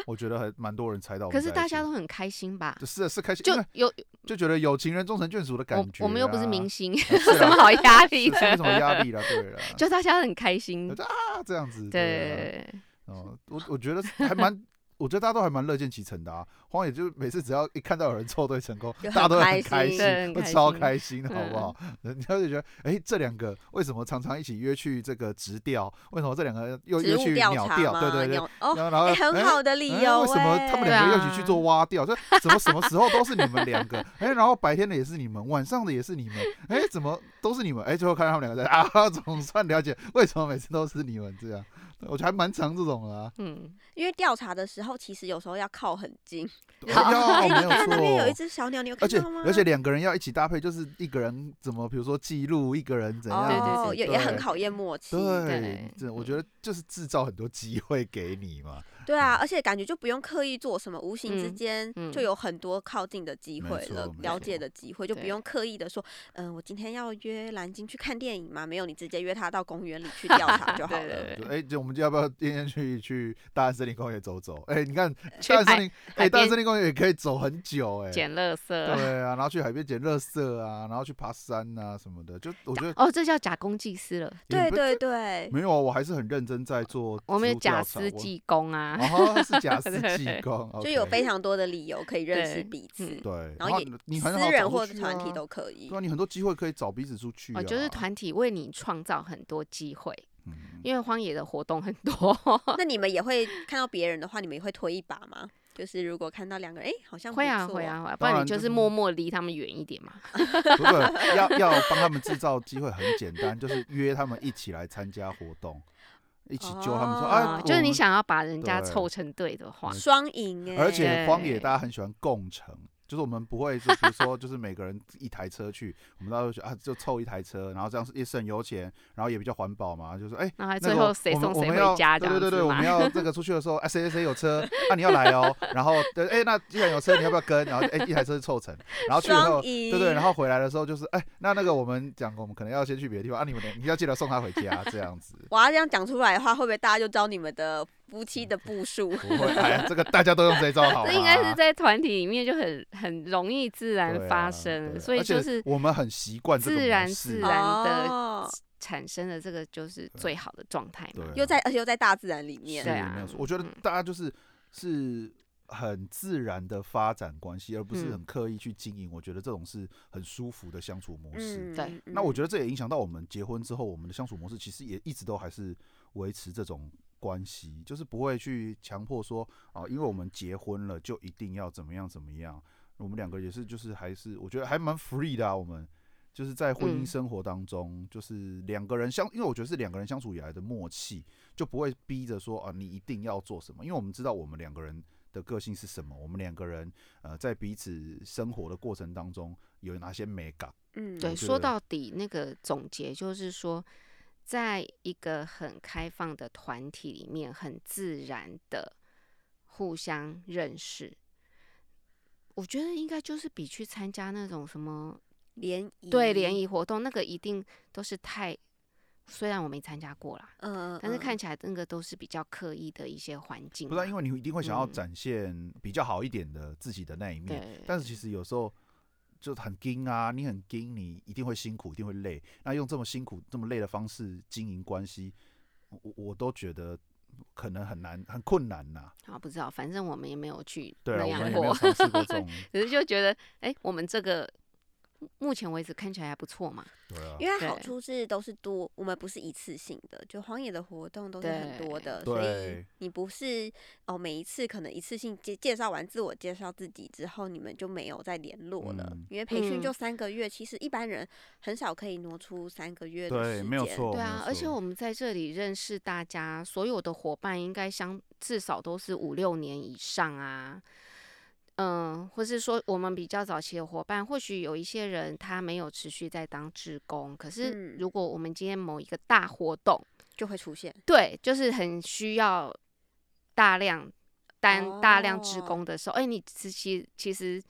[SPEAKER 6] 我觉得还蛮多人猜到我们
[SPEAKER 5] 可
[SPEAKER 6] 在一起。
[SPEAKER 5] 是大家都很开心吧？
[SPEAKER 6] 就是是开心，
[SPEAKER 5] 就
[SPEAKER 6] 因为
[SPEAKER 5] 有
[SPEAKER 6] 就觉得有情人终成眷属的感
[SPEAKER 5] 我
[SPEAKER 6] 觉、啊
[SPEAKER 5] 我们又不是明， [laughs] 星，
[SPEAKER 6] 啊
[SPEAKER 5] 有
[SPEAKER 6] 是啊
[SPEAKER 5] 什么好压力
[SPEAKER 6] [laughs] 是是没什么
[SPEAKER 5] [laughs] 的？
[SPEAKER 6] 压力了，对了，
[SPEAKER 5] 就大家很开心
[SPEAKER 6] 就，啊这样子。啊，
[SPEAKER 5] 对，
[SPEAKER 6] 哦，我我觉得还蛮。我觉得大家都还蛮乐见其成的啊，荒野就是每次只要一看到有人凑对成功，
[SPEAKER 2] 就很
[SPEAKER 6] 大家都会
[SPEAKER 2] 开
[SPEAKER 6] 很
[SPEAKER 2] 心
[SPEAKER 6] 开心，
[SPEAKER 5] 对很
[SPEAKER 6] 会
[SPEAKER 5] 开心嗯
[SPEAKER 6] 超开心的，好不好？人家就觉得，哎，这两个为什么常常一起约去这个直钓？为什么这两个又
[SPEAKER 2] 植
[SPEAKER 6] 约
[SPEAKER 2] 物
[SPEAKER 6] 去
[SPEAKER 2] 调
[SPEAKER 6] 鸟
[SPEAKER 2] 查
[SPEAKER 6] 钓？
[SPEAKER 2] 吗？
[SPEAKER 6] 对对对，
[SPEAKER 2] 鸟哦，
[SPEAKER 6] 然后
[SPEAKER 5] [laughs]
[SPEAKER 6] 然后
[SPEAKER 2] 哎、很
[SPEAKER 6] 哎
[SPEAKER 2] 好的理
[SPEAKER 6] 哎
[SPEAKER 2] 由、
[SPEAKER 6] 为什么他们
[SPEAKER 2] 哎
[SPEAKER 6] 两个
[SPEAKER 5] 对
[SPEAKER 6] 又一起去
[SPEAKER 5] 啊
[SPEAKER 6] 做蛙
[SPEAKER 2] [laughs]
[SPEAKER 6] 钓？这怎么什么时候都是你们两个？哎，然后白天的也是你们，晚上的也是你们，哎，怎么都是你们？哎，最后看到他们两个在 [laughs] 啊，总算了解为什么每次都是你们这样。我觉得还蛮长这种
[SPEAKER 2] [laughs]
[SPEAKER 6] 的啊，
[SPEAKER 5] 嗯，
[SPEAKER 2] 因为调查的时候，其实有时候要靠很近。
[SPEAKER 6] 要哦没
[SPEAKER 2] 哎你看那边有一
[SPEAKER 6] 有错。
[SPEAKER 2] 只小鸟，你有
[SPEAKER 6] 而
[SPEAKER 2] 看
[SPEAKER 6] 且
[SPEAKER 2] 到吗？
[SPEAKER 6] 而且两个人要一起搭配，就是一个人怎么，比如说记录，一个人怎样，
[SPEAKER 5] 对对
[SPEAKER 2] 哦，
[SPEAKER 5] 对
[SPEAKER 2] 也也很
[SPEAKER 6] 对
[SPEAKER 2] 考验默契。
[SPEAKER 6] 对
[SPEAKER 5] 对，
[SPEAKER 6] 这我
[SPEAKER 5] 嗯
[SPEAKER 6] 觉得就是制造很多机会给你嘛，
[SPEAKER 2] 对啊，而且感觉就不用刻意做什么，无形之
[SPEAKER 5] 嗯
[SPEAKER 2] 间
[SPEAKER 5] 嗯
[SPEAKER 2] 就有很多靠近的机
[SPEAKER 6] 没
[SPEAKER 2] 会了
[SPEAKER 6] 错，没
[SPEAKER 2] 了解
[SPEAKER 6] 错
[SPEAKER 2] 的机会，就不
[SPEAKER 5] 对
[SPEAKER 2] 用刻意的说，嗯，我今天要约蓝鲸去看电影嘛，没有，你直接约他到公园里去调查就好
[SPEAKER 5] 对
[SPEAKER 2] 了。
[SPEAKER 5] 对
[SPEAKER 6] 就哎、就我们要不要今天去去大安森林公园走走？哎、你看
[SPEAKER 5] 去
[SPEAKER 6] 大安森
[SPEAKER 5] 海
[SPEAKER 6] 林，哎、
[SPEAKER 5] 海
[SPEAKER 6] 大安
[SPEAKER 5] 边
[SPEAKER 6] 森林公园也可以走很久、哎，
[SPEAKER 5] 捡垃圾。
[SPEAKER 6] 对啊，然后去海边捡垃圾啊，然后去爬山啊什么的，就我觉得
[SPEAKER 5] 哦，这叫假公济私了。
[SPEAKER 2] 对
[SPEAKER 6] [laughs] 也不
[SPEAKER 2] 对对，
[SPEAKER 6] 没有啊，我还是很认真在做
[SPEAKER 5] 我们有假
[SPEAKER 6] 私
[SPEAKER 5] 私济公啊，
[SPEAKER 6] 哦，是假
[SPEAKER 5] [laughs]
[SPEAKER 6] 司
[SPEAKER 5] 对
[SPEAKER 6] 技工，
[SPEAKER 2] 就有
[SPEAKER 6] OK
[SPEAKER 2] 非常多的理由可以认识
[SPEAKER 5] 对
[SPEAKER 2] 彼此，
[SPEAKER 5] 嗯
[SPEAKER 6] 对，
[SPEAKER 2] 然后也
[SPEAKER 6] 你很好
[SPEAKER 2] 私人
[SPEAKER 6] 找出
[SPEAKER 2] 或者
[SPEAKER 6] 去
[SPEAKER 2] 团
[SPEAKER 6] 啊
[SPEAKER 2] 体都可以
[SPEAKER 6] 对啊，。你很多机会可以找彼此出去啊，
[SPEAKER 5] 哦，就是团体为你创造很多机会，
[SPEAKER 6] 嗯，
[SPEAKER 5] 因为荒野的活动很多。 [laughs]
[SPEAKER 2] 那你们也会看到别人的话，你们也会推一把吗？就是如果看到两个人，哎，好像
[SPEAKER 5] 会啊
[SPEAKER 2] 不错
[SPEAKER 5] 会，啊会啊，不
[SPEAKER 6] 当
[SPEAKER 5] 然
[SPEAKER 6] 然
[SPEAKER 5] 你就
[SPEAKER 6] 就是
[SPEAKER 5] 默默离他们远一点嘛。
[SPEAKER 6] 不对，要要帮他们制造机会很简单，就是约他们一起来参加活动，一起揪他们说，
[SPEAKER 2] 哦
[SPEAKER 6] 哎
[SPEAKER 5] 啊，，就是
[SPEAKER 6] 我
[SPEAKER 5] 你
[SPEAKER 6] 们
[SPEAKER 5] 想要把人家
[SPEAKER 6] 对嗯
[SPEAKER 5] 凑成对的话，
[SPEAKER 2] 双赢哎，
[SPEAKER 6] 而且荒野
[SPEAKER 5] 对
[SPEAKER 6] 大家很喜欢共乘，就是我们不会是比如说就是每个人一台车去，我们到时候就啊就凑一台车，然后这样是也省油钱，然后也比较环保嘛，就说哎。
[SPEAKER 5] 然后
[SPEAKER 6] 那
[SPEAKER 5] 最
[SPEAKER 6] 个
[SPEAKER 5] 后谁
[SPEAKER 6] 我们
[SPEAKER 5] 送
[SPEAKER 6] 我
[SPEAKER 5] 谁
[SPEAKER 6] 们
[SPEAKER 5] 回
[SPEAKER 6] 要
[SPEAKER 5] 家这
[SPEAKER 6] 对
[SPEAKER 5] 样
[SPEAKER 6] 对对对，
[SPEAKER 5] 子
[SPEAKER 6] 我
[SPEAKER 5] [laughs]
[SPEAKER 6] 们
[SPEAKER 5] 嘛。
[SPEAKER 6] 要这个出去的时候，哎、谁谁谁有车，啊你要来哦，然后对，哎、那既然有车，你要不要跟？然后哎、一台车就凑成，然后去了
[SPEAKER 2] 双
[SPEAKER 6] 后，
[SPEAKER 2] 赢，
[SPEAKER 6] 对对，然后回来的时候就是，哎、那那个我们讲，我们可能要先去别的地方啊，你们你要记得送他回家这样子。
[SPEAKER 2] 我要这样讲出来的话，会不会大家就知道你们的夫妻的步数？
[SPEAKER 6] 嗯 [laughs] 不会，
[SPEAKER 5] [laughs]
[SPEAKER 6] 哎呀，这个大家都用这一招好吗？
[SPEAKER 5] 这应该是在团体里面就很很容易自然
[SPEAKER 6] 对
[SPEAKER 5] 发
[SPEAKER 6] 啊
[SPEAKER 5] 生，
[SPEAKER 6] 对
[SPEAKER 5] 所以
[SPEAKER 6] 而且
[SPEAKER 5] 就是
[SPEAKER 6] 我们很习惯这个
[SPEAKER 5] 自
[SPEAKER 6] 模
[SPEAKER 5] 然
[SPEAKER 6] 式
[SPEAKER 5] 自然的
[SPEAKER 2] 哦，
[SPEAKER 5] 产生的这个就是
[SPEAKER 6] 对
[SPEAKER 5] 最好的状态
[SPEAKER 6] 对
[SPEAKER 5] 嘛。
[SPEAKER 6] 啊，
[SPEAKER 2] 又在而且又在大自然里面
[SPEAKER 6] 是
[SPEAKER 5] 对，啊
[SPEAKER 6] 没有错我觉得
[SPEAKER 5] 嗯
[SPEAKER 6] 大家就是是很自然的发展关系，而不是
[SPEAKER 5] 嗯
[SPEAKER 6] 很刻意去经营。我觉得这种是很舒服的相处模式。
[SPEAKER 2] 嗯，
[SPEAKER 5] 对
[SPEAKER 2] 嗯
[SPEAKER 6] 那我觉得这也影响到我们结婚之后，我们的相处模式其实也一直都还是维持这种关系，就是不会去强迫说啊，因为我们结婚了就一定要怎么样怎么样。我们两个也是，就是还是我觉得还蛮 free 的啊。我们就是在婚姻
[SPEAKER 5] 嗯
[SPEAKER 6] 生活当中，就是两个人相，因为我觉得是两个人相处以来的默契，就不会逼着说啊，你一定要做什么，因为我们知道我们两个人的个性是什么，我们两个人呃在彼此生活的过程当中有哪些美感。
[SPEAKER 2] 嗯，
[SPEAKER 5] 对，
[SPEAKER 6] 我觉
[SPEAKER 5] 说
[SPEAKER 6] 得
[SPEAKER 5] 到底，那个总结就是说，在一个很开放的团体里面，很自然的互相认识，我觉得应该就是比去参加那种什么
[SPEAKER 2] 联谊，
[SPEAKER 6] 嗯
[SPEAKER 5] 对联谊活动，那个一定都是太虽然我没参加过啦，
[SPEAKER 2] 嗯，
[SPEAKER 5] 但是
[SPEAKER 2] 嗯
[SPEAKER 5] 看起来那个都是比较刻意的一些环境嘛。
[SPEAKER 6] 不然因为你一定会想要
[SPEAKER 5] 嗯
[SPEAKER 6] 展现比较好一点的自己的那一面，
[SPEAKER 5] 对，
[SPEAKER 6] 但是其实有时候就很盯啊，你很盯，你一定会辛苦，一定会累。那用这么辛苦、这么累的方式经营关系，我我我都觉得可能很难、很困难呐、
[SPEAKER 5] 啊不知道，反正我们也没有去
[SPEAKER 6] 对啊，
[SPEAKER 5] 那
[SPEAKER 6] 我
[SPEAKER 5] 样
[SPEAKER 6] 们也没有
[SPEAKER 5] 过，
[SPEAKER 6] 尝试过这
[SPEAKER 5] [laughs]
[SPEAKER 6] 种，
[SPEAKER 5] 只是就觉得哎、我们这个目前为止看起来还不错嘛。
[SPEAKER 6] 对啊，
[SPEAKER 2] 因为它好
[SPEAKER 5] 对
[SPEAKER 2] 处是都是多，我们不是一次性的，就荒野的活动都是很多的，
[SPEAKER 6] 对
[SPEAKER 2] 所以
[SPEAKER 6] 对
[SPEAKER 2] 你不是哦，每一次可能一次性介介绍完自我介绍自己之后，你们就没有再联络了，
[SPEAKER 6] 嗯
[SPEAKER 2] 因为培训
[SPEAKER 5] 嗯
[SPEAKER 2] 就三个月，其实一般人很少可以挪出三个月的时
[SPEAKER 6] 对，
[SPEAKER 2] 间，
[SPEAKER 6] 没有，错，
[SPEAKER 5] 对
[SPEAKER 6] 哦没
[SPEAKER 5] 啊
[SPEAKER 6] 有，
[SPEAKER 5] 而且
[SPEAKER 6] 错
[SPEAKER 5] 我们在这里认识大家所有的伙伴，应该相至少都是五六年以上啊。嗯，或是说我们比较早期的伙伴，或许有一些人他没有持续在当志工，可是
[SPEAKER 2] 嗯
[SPEAKER 5] 如果我们今天某一个大活动，
[SPEAKER 2] 就会出现，
[SPEAKER 5] 对，就是很需要大量单大量职
[SPEAKER 2] 哦
[SPEAKER 5] 工的时候，哎、你其实其实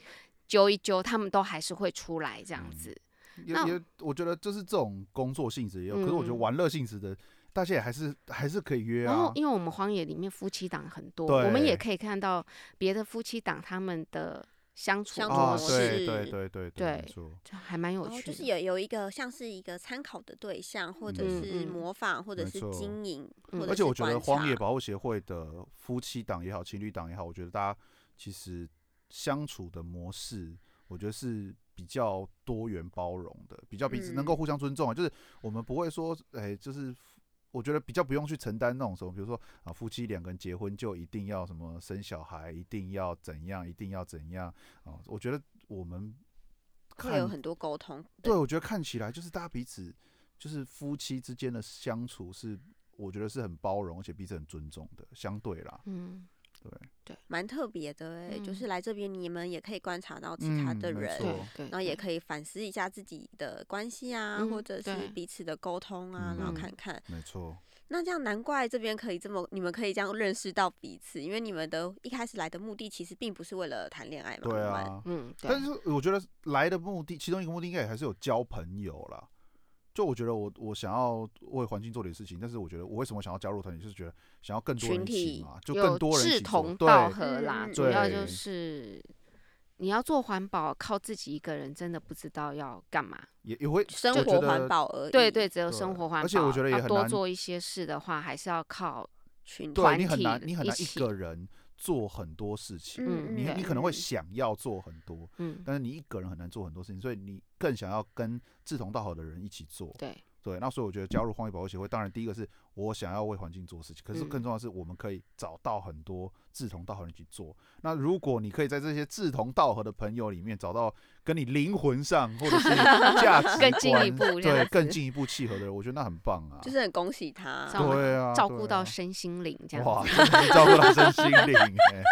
[SPEAKER 5] 揪一揪，他们都还是会出来这样
[SPEAKER 6] 嗯
[SPEAKER 5] 子。那
[SPEAKER 6] 也也，我觉得就是这种工作性质也有，可是我觉得
[SPEAKER 5] 嗯
[SPEAKER 6] 玩乐性质的，大家也还是还是可以约
[SPEAKER 5] 然后
[SPEAKER 6] 啊，。
[SPEAKER 5] 因为我们荒野里面夫妻档很多，我们也
[SPEAKER 6] 对
[SPEAKER 5] 可以看到别的夫妻档他们的相处
[SPEAKER 2] 相处
[SPEAKER 5] 模
[SPEAKER 6] 啊，
[SPEAKER 2] 模
[SPEAKER 5] 式，
[SPEAKER 6] 对对
[SPEAKER 2] 式
[SPEAKER 6] 对对没
[SPEAKER 5] 对
[SPEAKER 6] 错，
[SPEAKER 5] 这还蛮有
[SPEAKER 2] 然后
[SPEAKER 5] 趣
[SPEAKER 2] 哦
[SPEAKER 5] 的。
[SPEAKER 2] 就是有有一个像是一个参考的对象，或者
[SPEAKER 5] 嗯
[SPEAKER 2] 是
[SPEAKER 5] 嗯
[SPEAKER 2] 模仿，或者
[SPEAKER 6] 没
[SPEAKER 2] 是
[SPEAKER 6] 错
[SPEAKER 2] 经营，
[SPEAKER 5] 嗯
[SPEAKER 2] 或者
[SPEAKER 6] 而且
[SPEAKER 2] 是
[SPEAKER 6] 我觉得
[SPEAKER 2] 观
[SPEAKER 6] 荒野
[SPEAKER 2] 察
[SPEAKER 6] 保护协会的夫妻档也好，情侣档也好，我觉得大家其实相处的模式，我觉得是比较多元包容的，比较彼此能够
[SPEAKER 2] 嗯
[SPEAKER 6] 互相尊重啊。就是我们不会说，哎、就是我觉得比较不用去承担那种什么，比如说啊，夫妻两个人结婚就一定要什么生小孩，一定要怎样，一定要怎样啊。我觉得我们
[SPEAKER 2] 会有
[SPEAKER 6] 看
[SPEAKER 2] 很多沟通，
[SPEAKER 6] 对，我觉得看起来就是大家彼此就是夫妻之间的相处是，我觉得是很包容，而且彼此很尊重的，相对啦。
[SPEAKER 5] 嗯，
[SPEAKER 2] 蛮特别的哎、就
[SPEAKER 5] 嗯
[SPEAKER 2] 是来这边你们也可以观察到其他
[SPEAKER 6] 嗯
[SPEAKER 2] 的
[SPEAKER 6] 没
[SPEAKER 2] 人，
[SPEAKER 5] 对
[SPEAKER 6] 错
[SPEAKER 5] 对，
[SPEAKER 2] 然后也
[SPEAKER 5] 对
[SPEAKER 2] 可以反思一下自己的关系啊，
[SPEAKER 5] 嗯
[SPEAKER 2] 或者是
[SPEAKER 5] 对
[SPEAKER 2] 彼此的沟通啊，然后
[SPEAKER 6] 嗯
[SPEAKER 2] 看看。
[SPEAKER 6] 没错，
[SPEAKER 2] 那这样难怪这边可以这么，你们可以这样认识到彼此，因为你们的一开始来的目的其实并不是为了谈恋爱嘛，
[SPEAKER 6] 对
[SPEAKER 2] 你们，
[SPEAKER 6] 啊。
[SPEAKER 5] 嗯，对
[SPEAKER 6] 但是我觉得来的目的，其中一个目的应该也还是有交朋友啦。就我觉得我我想要为环境做点事情，但是我觉得我为什么想要加入团体，就是觉得想要更多人
[SPEAKER 2] 群
[SPEAKER 6] 一起
[SPEAKER 2] 体
[SPEAKER 6] 嘛，就
[SPEAKER 5] 有
[SPEAKER 6] 更多人一
[SPEAKER 5] 志
[SPEAKER 6] 起做
[SPEAKER 5] 同
[SPEAKER 6] 对
[SPEAKER 5] 道合啦，
[SPEAKER 2] 嗯
[SPEAKER 5] 主要就
[SPEAKER 6] 对
[SPEAKER 5] 是你要做环保，靠自己一个人真的不知道要干嘛。
[SPEAKER 6] 也也会
[SPEAKER 2] 生
[SPEAKER 6] 就觉
[SPEAKER 2] 活
[SPEAKER 6] 得
[SPEAKER 2] 环保而已，
[SPEAKER 5] 对对，只有
[SPEAKER 6] 对
[SPEAKER 5] 生活环保，
[SPEAKER 6] 而且我觉得也
[SPEAKER 5] 要
[SPEAKER 6] 很
[SPEAKER 5] 多
[SPEAKER 6] 难
[SPEAKER 5] 做一些事的话，还是要靠
[SPEAKER 2] 群体，
[SPEAKER 6] 对
[SPEAKER 5] 团
[SPEAKER 6] 你很
[SPEAKER 5] 体
[SPEAKER 6] 难，你很
[SPEAKER 5] 一
[SPEAKER 6] 难一
[SPEAKER 5] 起
[SPEAKER 6] 个人做很多事情，
[SPEAKER 5] 嗯
[SPEAKER 6] 你
[SPEAKER 5] 对
[SPEAKER 6] 你可能会
[SPEAKER 2] 嗯
[SPEAKER 6] 想要做很多，
[SPEAKER 5] 嗯，
[SPEAKER 6] 但是你一个人很难做很多事情，所以你更想要跟志同道合的人一起做。
[SPEAKER 5] 对，
[SPEAKER 6] 对，那所以我觉得加入荒野保护协会，当然第一个是我想要为环境做事情，可是
[SPEAKER 5] 嗯
[SPEAKER 6] 更重要的是我们可以找到很多志同道合的人一起做。那如果你可以在这些志同道合的朋友里面找到跟你灵魂上或
[SPEAKER 5] [laughs]
[SPEAKER 6] 者是价值
[SPEAKER 5] 更进一
[SPEAKER 6] 观
[SPEAKER 5] 步这
[SPEAKER 6] 对
[SPEAKER 5] 样
[SPEAKER 6] 更
[SPEAKER 5] 子
[SPEAKER 6] 进一步契合的人，我觉得那很棒啊。
[SPEAKER 2] 就是很恭喜他。
[SPEAKER 5] 照顾
[SPEAKER 6] 对啊，
[SPEAKER 5] 照
[SPEAKER 6] 对
[SPEAKER 5] 顾到
[SPEAKER 6] 啊
[SPEAKER 5] 身心灵这样
[SPEAKER 6] 哇，
[SPEAKER 5] 子。嗯
[SPEAKER 6] 真的是照顾到身心灵、欸，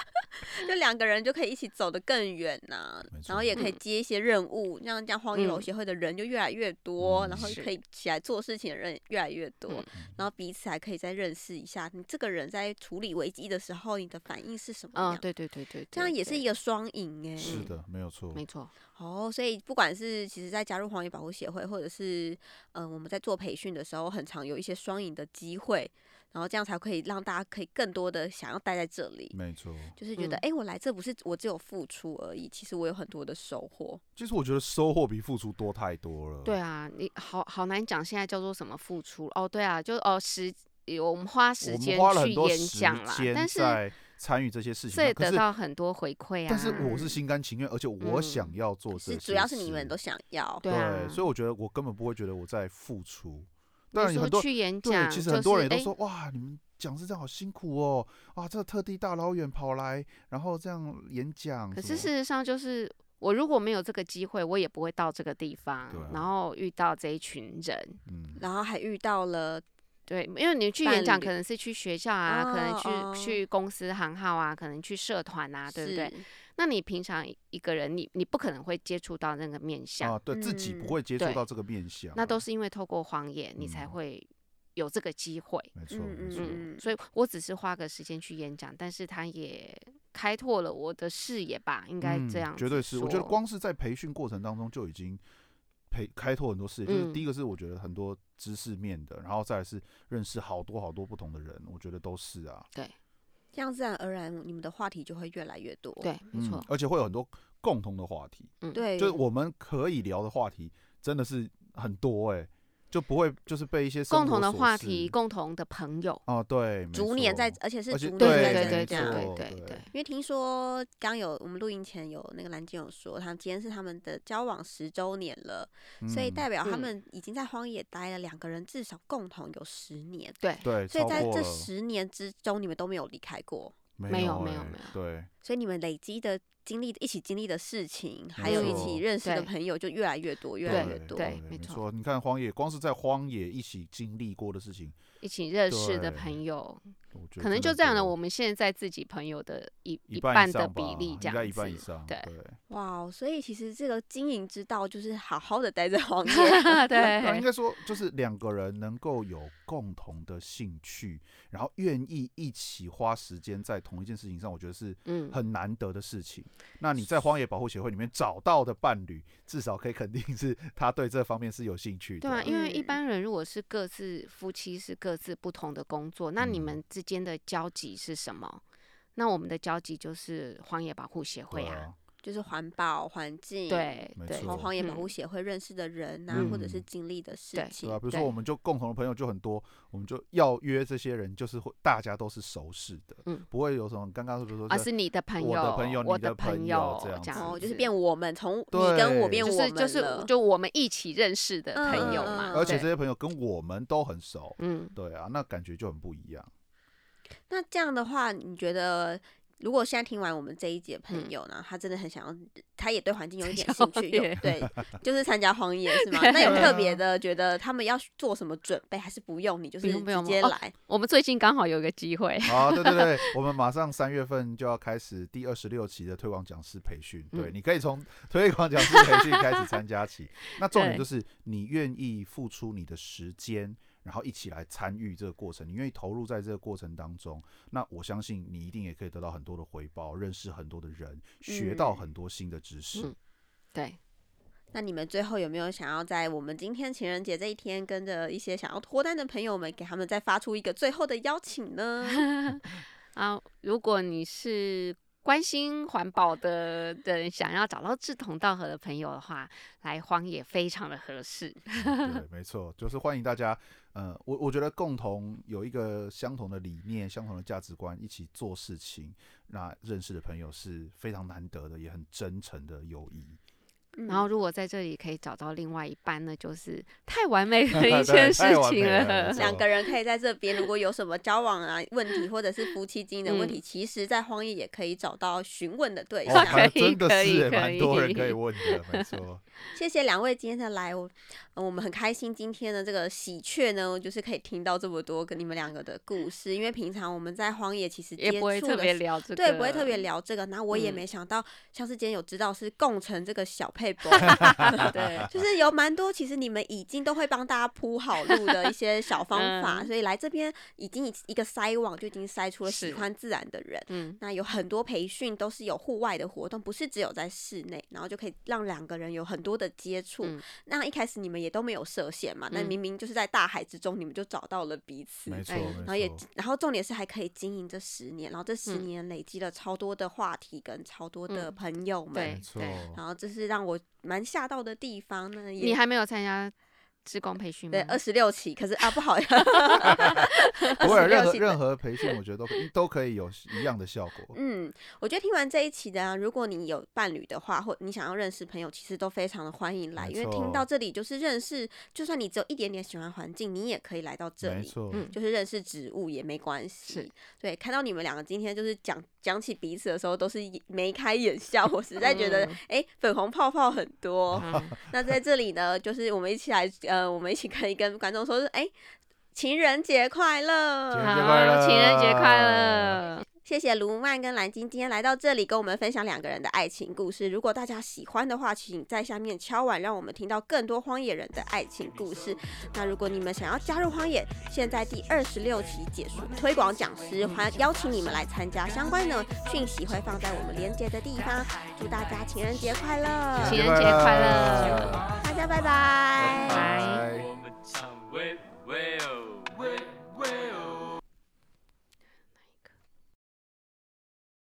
[SPEAKER 2] 就两个人就可以一起走得更远呐、
[SPEAKER 5] [laughs]
[SPEAKER 6] 没错
[SPEAKER 2] 然后也可以
[SPEAKER 5] 嗯
[SPEAKER 2] 接一些任务，这样这样荒野
[SPEAKER 5] 嗯
[SPEAKER 2] 楼协会的人就越来越多，
[SPEAKER 6] 嗯
[SPEAKER 2] 然后
[SPEAKER 5] 是
[SPEAKER 2] 可以起来做事情的人越来越多，
[SPEAKER 5] 嗯
[SPEAKER 2] 然后彼此还可以再认识一下，你这个人在处理危机的时候，你的反应是什么样？
[SPEAKER 5] 嗯，对对对对，
[SPEAKER 2] 这样也是一
[SPEAKER 5] 个
[SPEAKER 2] 个双赢哎。
[SPEAKER 6] 是的，没有错。
[SPEAKER 5] 没错，
[SPEAKER 2] 哦，所以不管是其实，在加入荒野保护协会，或者是嗯、呃我们在做培训的时候，很常有一些双赢的机会，然后这样才可以让大家可以更多的想要待在这里。
[SPEAKER 6] 没错，
[SPEAKER 2] 就是觉得，
[SPEAKER 5] 嗯
[SPEAKER 2] 哎、我来这不是我只有付出而已，其实我有很多的收获。
[SPEAKER 6] 其实我觉得收获比付出多太多了。
[SPEAKER 5] 对啊，你好好难讲，现在叫做什么付出哦？对啊，就哦时，我们花时
[SPEAKER 6] 我
[SPEAKER 5] 间
[SPEAKER 6] 们花了
[SPEAKER 5] 去
[SPEAKER 6] 很多
[SPEAKER 5] 演
[SPEAKER 6] 时
[SPEAKER 5] 讲啦，但
[SPEAKER 6] 间
[SPEAKER 5] 是
[SPEAKER 6] 在参与这些事情
[SPEAKER 5] 这也
[SPEAKER 6] 上，可
[SPEAKER 5] 得
[SPEAKER 6] 是
[SPEAKER 5] 到很多回馈啊。
[SPEAKER 6] 但是我
[SPEAKER 2] 嗯
[SPEAKER 6] 是心甘情愿，而且我想
[SPEAKER 5] 嗯
[SPEAKER 6] 要做这
[SPEAKER 2] 是
[SPEAKER 6] 些事，
[SPEAKER 2] 主要是你们都想要，
[SPEAKER 5] 对啊，
[SPEAKER 6] 所以我觉得我根本不会觉得我在付出。
[SPEAKER 5] 你
[SPEAKER 6] 当然有
[SPEAKER 5] 说
[SPEAKER 6] 很多
[SPEAKER 5] 去演
[SPEAKER 6] 对，
[SPEAKER 5] 讲，
[SPEAKER 6] 其实
[SPEAKER 5] 就
[SPEAKER 6] 很多
[SPEAKER 5] 是
[SPEAKER 6] 人也
[SPEAKER 5] 哎
[SPEAKER 6] 都说、哇，你们讲师这样好辛苦哦，啊，这特地大老远跑来，然后这样演嗯讲什么。
[SPEAKER 5] 可是事实上，就是我如果没有这个机会，我也不会到这个地方，
[SPEAKER 6] 对啊
[SPEAKER 5] 然后遇到这一群人。
[SPEAKER 6] 嗯，
[SPEAKER 2] 然后还遇到了，
[SPEAKER 5] 对，因为你去
[SPEAKER 2] 伴
[SPEAKER 5] 演讲，
[SPEAKER 2] 侣
[SPEAKER 5] 可能是去学校啊，可能去、
[SPEAKER 2] 哦哦
[SPEAKER 5] 去公司行号啊，可能去社团啊，对不对？
[SPEAKER 2] 是？
[SPEAKER 5] 那你平常一个人，你你不可能会接触到那个面相，
[SPEAKER 6] 啊，对自己不
[SPEAKER 2] 嗯
[SPEAKER 6] 会接触
[SPEAKER 5] 对
[SPEAKER 6] 到这个面相啊，
[SPEAKER 5] 那都是因为透过荒野，你才
[SPEAKER 6] 嗯
[SPEAKER 5] 会有这个机会。
[SPEAKER 6] 没错，
[SPEAKER 2] 嗯
[SPEAKER 6] 没错。
[SPEAKER 5] 嗯，
[SPEAKER 2] 嗯
[SPEAKER 5] 所以我只是花个时间去演讲，但是他也开拓了我的视野吧，应该
[SPEAKER 6] 嗯
[SPEAKER 5] 这样、
[SPEAKER 6] 绝对是。我觉得，光是在培训过程当中就已经培开拓很多视野。就是
[SPEAKER 5] 嗯
[SPEAKER 6] 第一个是我觉得很多知识面的，然后再来是认识好多好多不同的人，我觉得都是啊。
[SPEAKER 2] 这样自然而然你们的话题就会越来越多。
[SPEAKER 5] 对，没错嗯
[SPEAKER 6] 嗯，，而且会有很多共同的话题，
[SPEAKER 2] 对，
[SPEAKER 6] 就是我们可以聊的话题真的是很多哎、就不会就是被一些生
[SPEAKER 5] 共同
[SPEAKER 6] 活
[SPEAKER 5] 的
[SPEAKER 6] 琐
[SPEAKER 5] 话
[SPEAKER 6] 事
[SPEAKER 5] 题，共同的朋友，
[SPEAKER 6] 哦，对，没
[SPEAKER 2] 逐年在
[SPEAKER 6] 错，
[SPEAKER 2] 而且是
[SPEAKER 6] 而且
[SPEAKER 2] 逐年
[SPEAKER 5] 对
[SPEAKER 2] 在
[SPEAKER 5] 对
[SPEAKER 2] 增
[SPEAKER 5] 对
[SPEAKER 6] 对没
[SPEAKER 2] 加。
[SPEAKER 5] 对
[SPEAKER 6] 错
[SPEAKER 5] 对对
[SPEAKER 6] 对，
[SPEAKER 2] 因为听说刚有我们录音前有那个蓝鲸有说，他们今天是他们的交往十周年了，所以
[SPEAKER 6] 嗯
[SPEAKER 2] 代表他
[SPEAKER 5] 嗯
[SPEAKER 2] 们已经在荒野待了两个人至少共同有十年，
[SPEAKER 5] 对，
[SPEAKER 6] 对，
[SPEAKER 2] 所以
[SPEAKER 6] 超
[SPEAKER 2] 在
[SPEAKER 6] 过
[SPEAKER 2] 这
[SPEAKER 6] 了
[SPEAKER 2] 十年之中你们都没有离开过，
[SPEAKER 5] 没
[SPEAKER 6] 没
[SPEAKER 5] 有没
[SPEAKER 6] 欸
[SPEAKER 5] 有没有
[SPEAKER 6] 对，
[SPEAKER 2] 所以你们累积的经历、一起经历的事情，还
[SPEAKER 6] 没
[SPEAKER 2] 有一
[SPEAKER 6] 错
[SPEAKER 2] 起认识的
[SPEAKER 5] 对
[SPEAKER 2] 朋友就越来越多，越来越
[SPEAKER 5] 对
[SPEAKER 2] 多。
[SPEAKER 5] 对没
[SPEAKER 6] 没
[SPEAKER 5] 错
[SPEAKER 6] 错。你看荒野，光是在荒野一起经历过的事情，
[SPEAKER 5] 一起认识的
[SPEAKER 6] 对
[SPEAKER 5] 朋友，
[SPEAKER 6] 我觉得
[SPEAKER 5] 可能
[SPEAKER 6] 真
[SPEAKER 5] 就这样
[SPEAKER 6] 多
[SPEAKER 5] 了。我们现在自己朋友的一
[SPEAKER 6] 一半
[SPEAKER 5] 半
[SPEAKER 6] 以
[SPEAKER 5] 的
[SPEAKER 6] 上
[SPEAKER 5] 比
[SPEAKER 6] 吧
[SPEAKER 5] 例，这
[SPEAKER 6] 应该
[SPEAKER 5] 样
[SPEAKER 6] 一半以
[SPEAKER 5] 子，
[SPEAKER 6] 上，
[SPEAKER 5] 对
[SPEAKER 6] 对。
[SPEAKER 2] 哇哦，所以其实这个经营之道就是好好的待在荒
[SPEAKER 5] [laughs]
[SPEAKER 2] 野。
[SPEAKER 6] [laughs] 那啊
[SPEAKER 5] [laughs] 对，
[SPEAKER 6] 应该说，就是两个人能够有共同的兴趣，然后愿意一起花时间在同一件事情上，我觉得是
[SPEAKER 5] 嗯，
[SPEAKER 6] 很难得的事情。那你在荒野保护协会里面找到的伴侣，至少可以肯定是他对这方面是有兴趣的。
[SPEAKER 5] 对啊，因为一
[SPEAKER 2] 嗯
[SPEAKER 5] 般人如果是各自夫妻是各自不同的工作，那你
[SPEAKER 6] 嗯
[SPEAKER 5] 们之间的交集是什么？那我们的交集就是荒野保护协会
[SPEAKER 6] 对
[SPEAKER 5] 啊，
[SPEAKER 6] 啊，
[SPEAKER 2] 就是环保、环境，，
[SPEAKER 5] 对
[SPEAKER 6] 没
[SPEAKER 5] 对
[SPEAKER 2] 从
[SPEAKER 6] 错
[SPEAKER 2] 荒野保
[SPEAKER 5] 嗯
[SPEAKER 2] 护协会认识的人呐、或者是
[SPEAKER 6] 嗯
[SPEAKER 2] 经历的事
[SPEAKER 5] 对
[SPEAKER 2] 情
[SPEAKER 6] 对啊，。比如说
[SPEAKER 5] 对
[SPEAKER 6] 我们就共同的朋友就很多，我们就要约这些人，就是会大家都是熟识的，
[SPEAKER 5] 嗯啊
[SPEAKER 6] 不会有什么刚刚是不是说
[SPEAKER 5] 而
[SPEAKER 6] 在
[SPEAKER 5] 是你的朋友，
[SPEAKER 6] 我的朋友
[SPEAKER 5] 我
[SPEAKER 6] 你的
[SPEAKER 5] 朋
[SPEAKER 6] 朋
[SPEAKER 5] 友
[SPEAKER 6] 友这样
[SPEAKER 5] 这样
[SPEAKER 2] 哦，就是
[SPEAKER 5] 子
[SPEAKER 2] 变我们，从你
[SPEAKER 6] 对
[SPEAKER 2] 跟我变
[SPEAKER 5] 就
[SPEAKER 2] 我
[SPEAKER 5] 是
[SPEAKER 2] 们
[SPEAKER 5] 就
[SPEAKER 2] 了
[SPEAKER 5] 是就我们一起认识的朋友
[SPEAKER 2] 嗯嗯
[SPEAKER 5] 嘛，
[SPEAKER 2] 嗯
[SPEAKER 6] 而且
[SPEAKER 5] 对
[SPEAKER 6] 这些朋友跟我们都很熟，
[SPEAKER 5] 嗯，
[SPEAKER 6] 对啊，那感觉就很不一
[SPEAKER 2] [laughs]
[SPEAKER 6] 样。
[SPEAKER 2] 那这样的话，你觉得如果现在听完我们这一集的朋友呢，他真的很想要，他也对环境有一点兴趣，有
[SPEAKER 5] 嗯荒野
[SPEAKER 2] 对，
[SPEAKER 5] [laughs]
[SPEAKER 2] 就是参加荒野是吗？
[SPEAKER 5] 对啊
[SPEAKER 2] 那有特别的觉得他们要做什么准备，还是不用你就是
[SPEAKER 5] 不用不用
[SPEAKER 2] 直接
[SPEAKER 5] 哦
[SPEAKER 2] 来？
[SPEAKER 5] 我们最近刚好有一个机会，
[SPEAKER 6] [laughs] 好，啊对对对，我们马上三月份就要开始第二十六期的推广讲师培训，对，
[SPEAKER 5] 嗯
[SPEAKER 6] 你可以从 [laughs] 推广讲师培训开始参
[SPEAKER 2] [laughs]
[SPEAKER 6] 加起。那重点
[SPEAKER 5] 对
[SPEAKER 6] 就是你愿意付出你的时间，然后一起来参与这个过程，你愿意投入在这个过程当中，那我相信你一定也可以得到很多的回报，认识很多的人，学到
[SPEAKER 2] 嗯
[SPEAKER 6] 很多新的知识。
[SPEAKER 5] 嗯对，
[SPEAKER 2] 那你们最后有没有想要在我们今天情人节这一天，跟着一些想要脱单的朋友们，给他们再发出一个最后的邀请
[SPEAKER 5] [laughs]
[SPEAKER 2] 呢？
[SPEAKER 5] 啊，如果你是关心环保的的人，想要找到志同道合的朋友的话，来荒野非常的合适。
[SPEAKER 6] 对，没错，就是欢迎大家，呃，我我觉得共同有一个相同的理念、相同的价值观，一起做事情，那认识的朋友是非常难得的，也很真诚的友谊。
[SPEAKER 5] 然
[SPEAKER 2] 嗯
[SPEAKER 5] 后，如果在这里可以找到另外一半，那就是太
[SPEAKER 2] [laughs]
[SPEAKER 5] 完美的
[SPEAKER 6] 对
[SPEAKER 5] 一件事
[SPEAKER 6] 太完
[SPEAKER 5] 情
[SPEAKER 6] 美了
[SPEAKER 5] 了
[SPEAKER 6] 没。错
[SPEAKER 2] 两个人可以在这边，如果有什么交往啊问题，或者是夫妻经营的问题，
[SPEAKER 5] 嗯
[SPEAKER 2] 其实，在荒野也可以找到询问的对
[SPEAKER 6] 哦，
[SPEAKER 2] 象。
[SPEAKER 6] 还
[SPEAKER 5] 可以
[SPEAKER 6] 真的
[SPEAKER 5] 可以
[SPEAKER 6] 是耶
[SPEAKER 5] 可
[SPEAKER 6] 蛮多人可
[SPEAKER 5] 以
[SPEAKER 6] 以问的，
[SPEAKER 5] [laughs]
[SPEAKER 6] 没错。
[SPEAKER 2] 谢谢两位今天的来，我、呃我们很开心今天的这个喜鹊呢，就是可以听到这么多跟你们两个的故事，因为平常我们在荒野其实接
[SPEAKER 5] 也不会
[SPEAKER 2] 触
[SPEAKER 5] 特
[SPEAKER 2] 的
[SPEAKER 5] 别聊这个，
[SPEAKER 2] 对，不会特别聊这个。那我也
[SPEAKER 5] 嗯
[SPEAKER 2] 没想到，像是今天有知道是共乘这个小
[SPEAKER 5] [laughs]
[SPEAKER 2] 配博，
[SPEAKER 5] 对，
[SPEAKER 2] 就是有蛮多，其实你们已经都会帮大家铺好路的一些小方法，
[SPEAKER 5] 嗯
[SPEAKER 2] 所以来这边已经一一个筛网就已经筛出了喜
[SPEAKER 5] 是
[SPEAKER 2] 欢自然的人。
[SPEAKER 5] 嗯，
[SPEAKER 2] 那有很多培训都是有户外的活动，不是只有在室内，然后就可以让两个人有很多的接触。
[SPEAKER 5] 嗯
[SPEAKER 2] 那一开始你们也都没有设限嘛，那、
[SPEAKER 5] 嗯
[SPEAKER 2] 明明就是在大海之中，你们就找到了彼此。
[SPEAKER 6] 没错，
[SPEAKER 5] 哎
[SPEAKER 6] 没
[SPEAKER 2] 然后也
[SPEAKER 6] 错，
[SPEAKER 2] 然后重点是还可以经营这十年，然后这十
[SPEAKER 5] 嗯
[SPEAKER 2] 年累积了超多的话题跟超多的
[SPEAKER 5] 嗯
[SPEAKER 2] 朋友们，
[SPEAKER 5] 对
[SPEAKER 6] 没错。
[SPEAKER 2] 然后这是让我蛮吓到的地方呢。也
[SPEAKER 5] 你还没有参加志工培训吗？
[SPEAKER 2] 对二十六期，可是啊不好意思，
[SPEAKER 6] 不会有任
[SPEAKER 2] 26
[SPEAKER 6] 何
[SPEAKER 2] 期
[SPEAKER 6] 任何培训，我觉得都可以都可以有一样的效果。
[SPEAKER 2] 嗯，我觉得听完这一期的、啊，如果你有伴侣的话，或你想要认识朋友，其实都非常的欢迎来，
[SPEAKER 6] 没
[SPEAKER 2] 因为听
[SPEAKER 6] 错
[SPEAKER 2] 到这里就是认识，就算你只有一点点喜欢环境，你也可以来到这
[SPEAKER 6] 没
[SPEAKER 2] 里。
[SPEAKER 6] 错，
[SPEAKER 5] 嗯
[SPEAKER 2] 就是认识植物也没关系
[SPEAKER 5] 是。
[SPEAKER 2] 对，看到你们两个今天就是讲讲起彼此的时候，都是眼眉开眼笑，我实在觉得
[SPEAKER 5] 嗯
[SPEAKER 2] 哎、诶粉红泡泡很
[SPEAKER 6] [laughs]
[SPEAKER 2] 多。
[SPEAKER 5] 嗯
[SPEAKER 2] 那在这里呢，就是我们一起来，呃，我们一起可以跟观众说，哎、情人节快
[SPEAKER 6] 情
[SPEAKER 2] 乐！
[SPEAKER 6] 人节快
[SPEAKER 5] [laughs]
[SPEAKER 6] 乐
[SPEAKER 5] 好情人节快乐！
[SPEAKER 2] 谢谢卢曼跟蓝晶今天来到这里，跟我们分享两个人的爱情故事。如果大家喜欢的话，请在下面敲碗，让我们听到更多荒野人的爱情故事。那如果你们想要加入荒野，现在第二十六期解说推广讲师还邀请你们来参加，相关的讯息会放在我们连接的地方。祝大家情人节快乐，
[SPEAKER 5] 情人节快乐
[SPEAKER 2] 大家拜拜。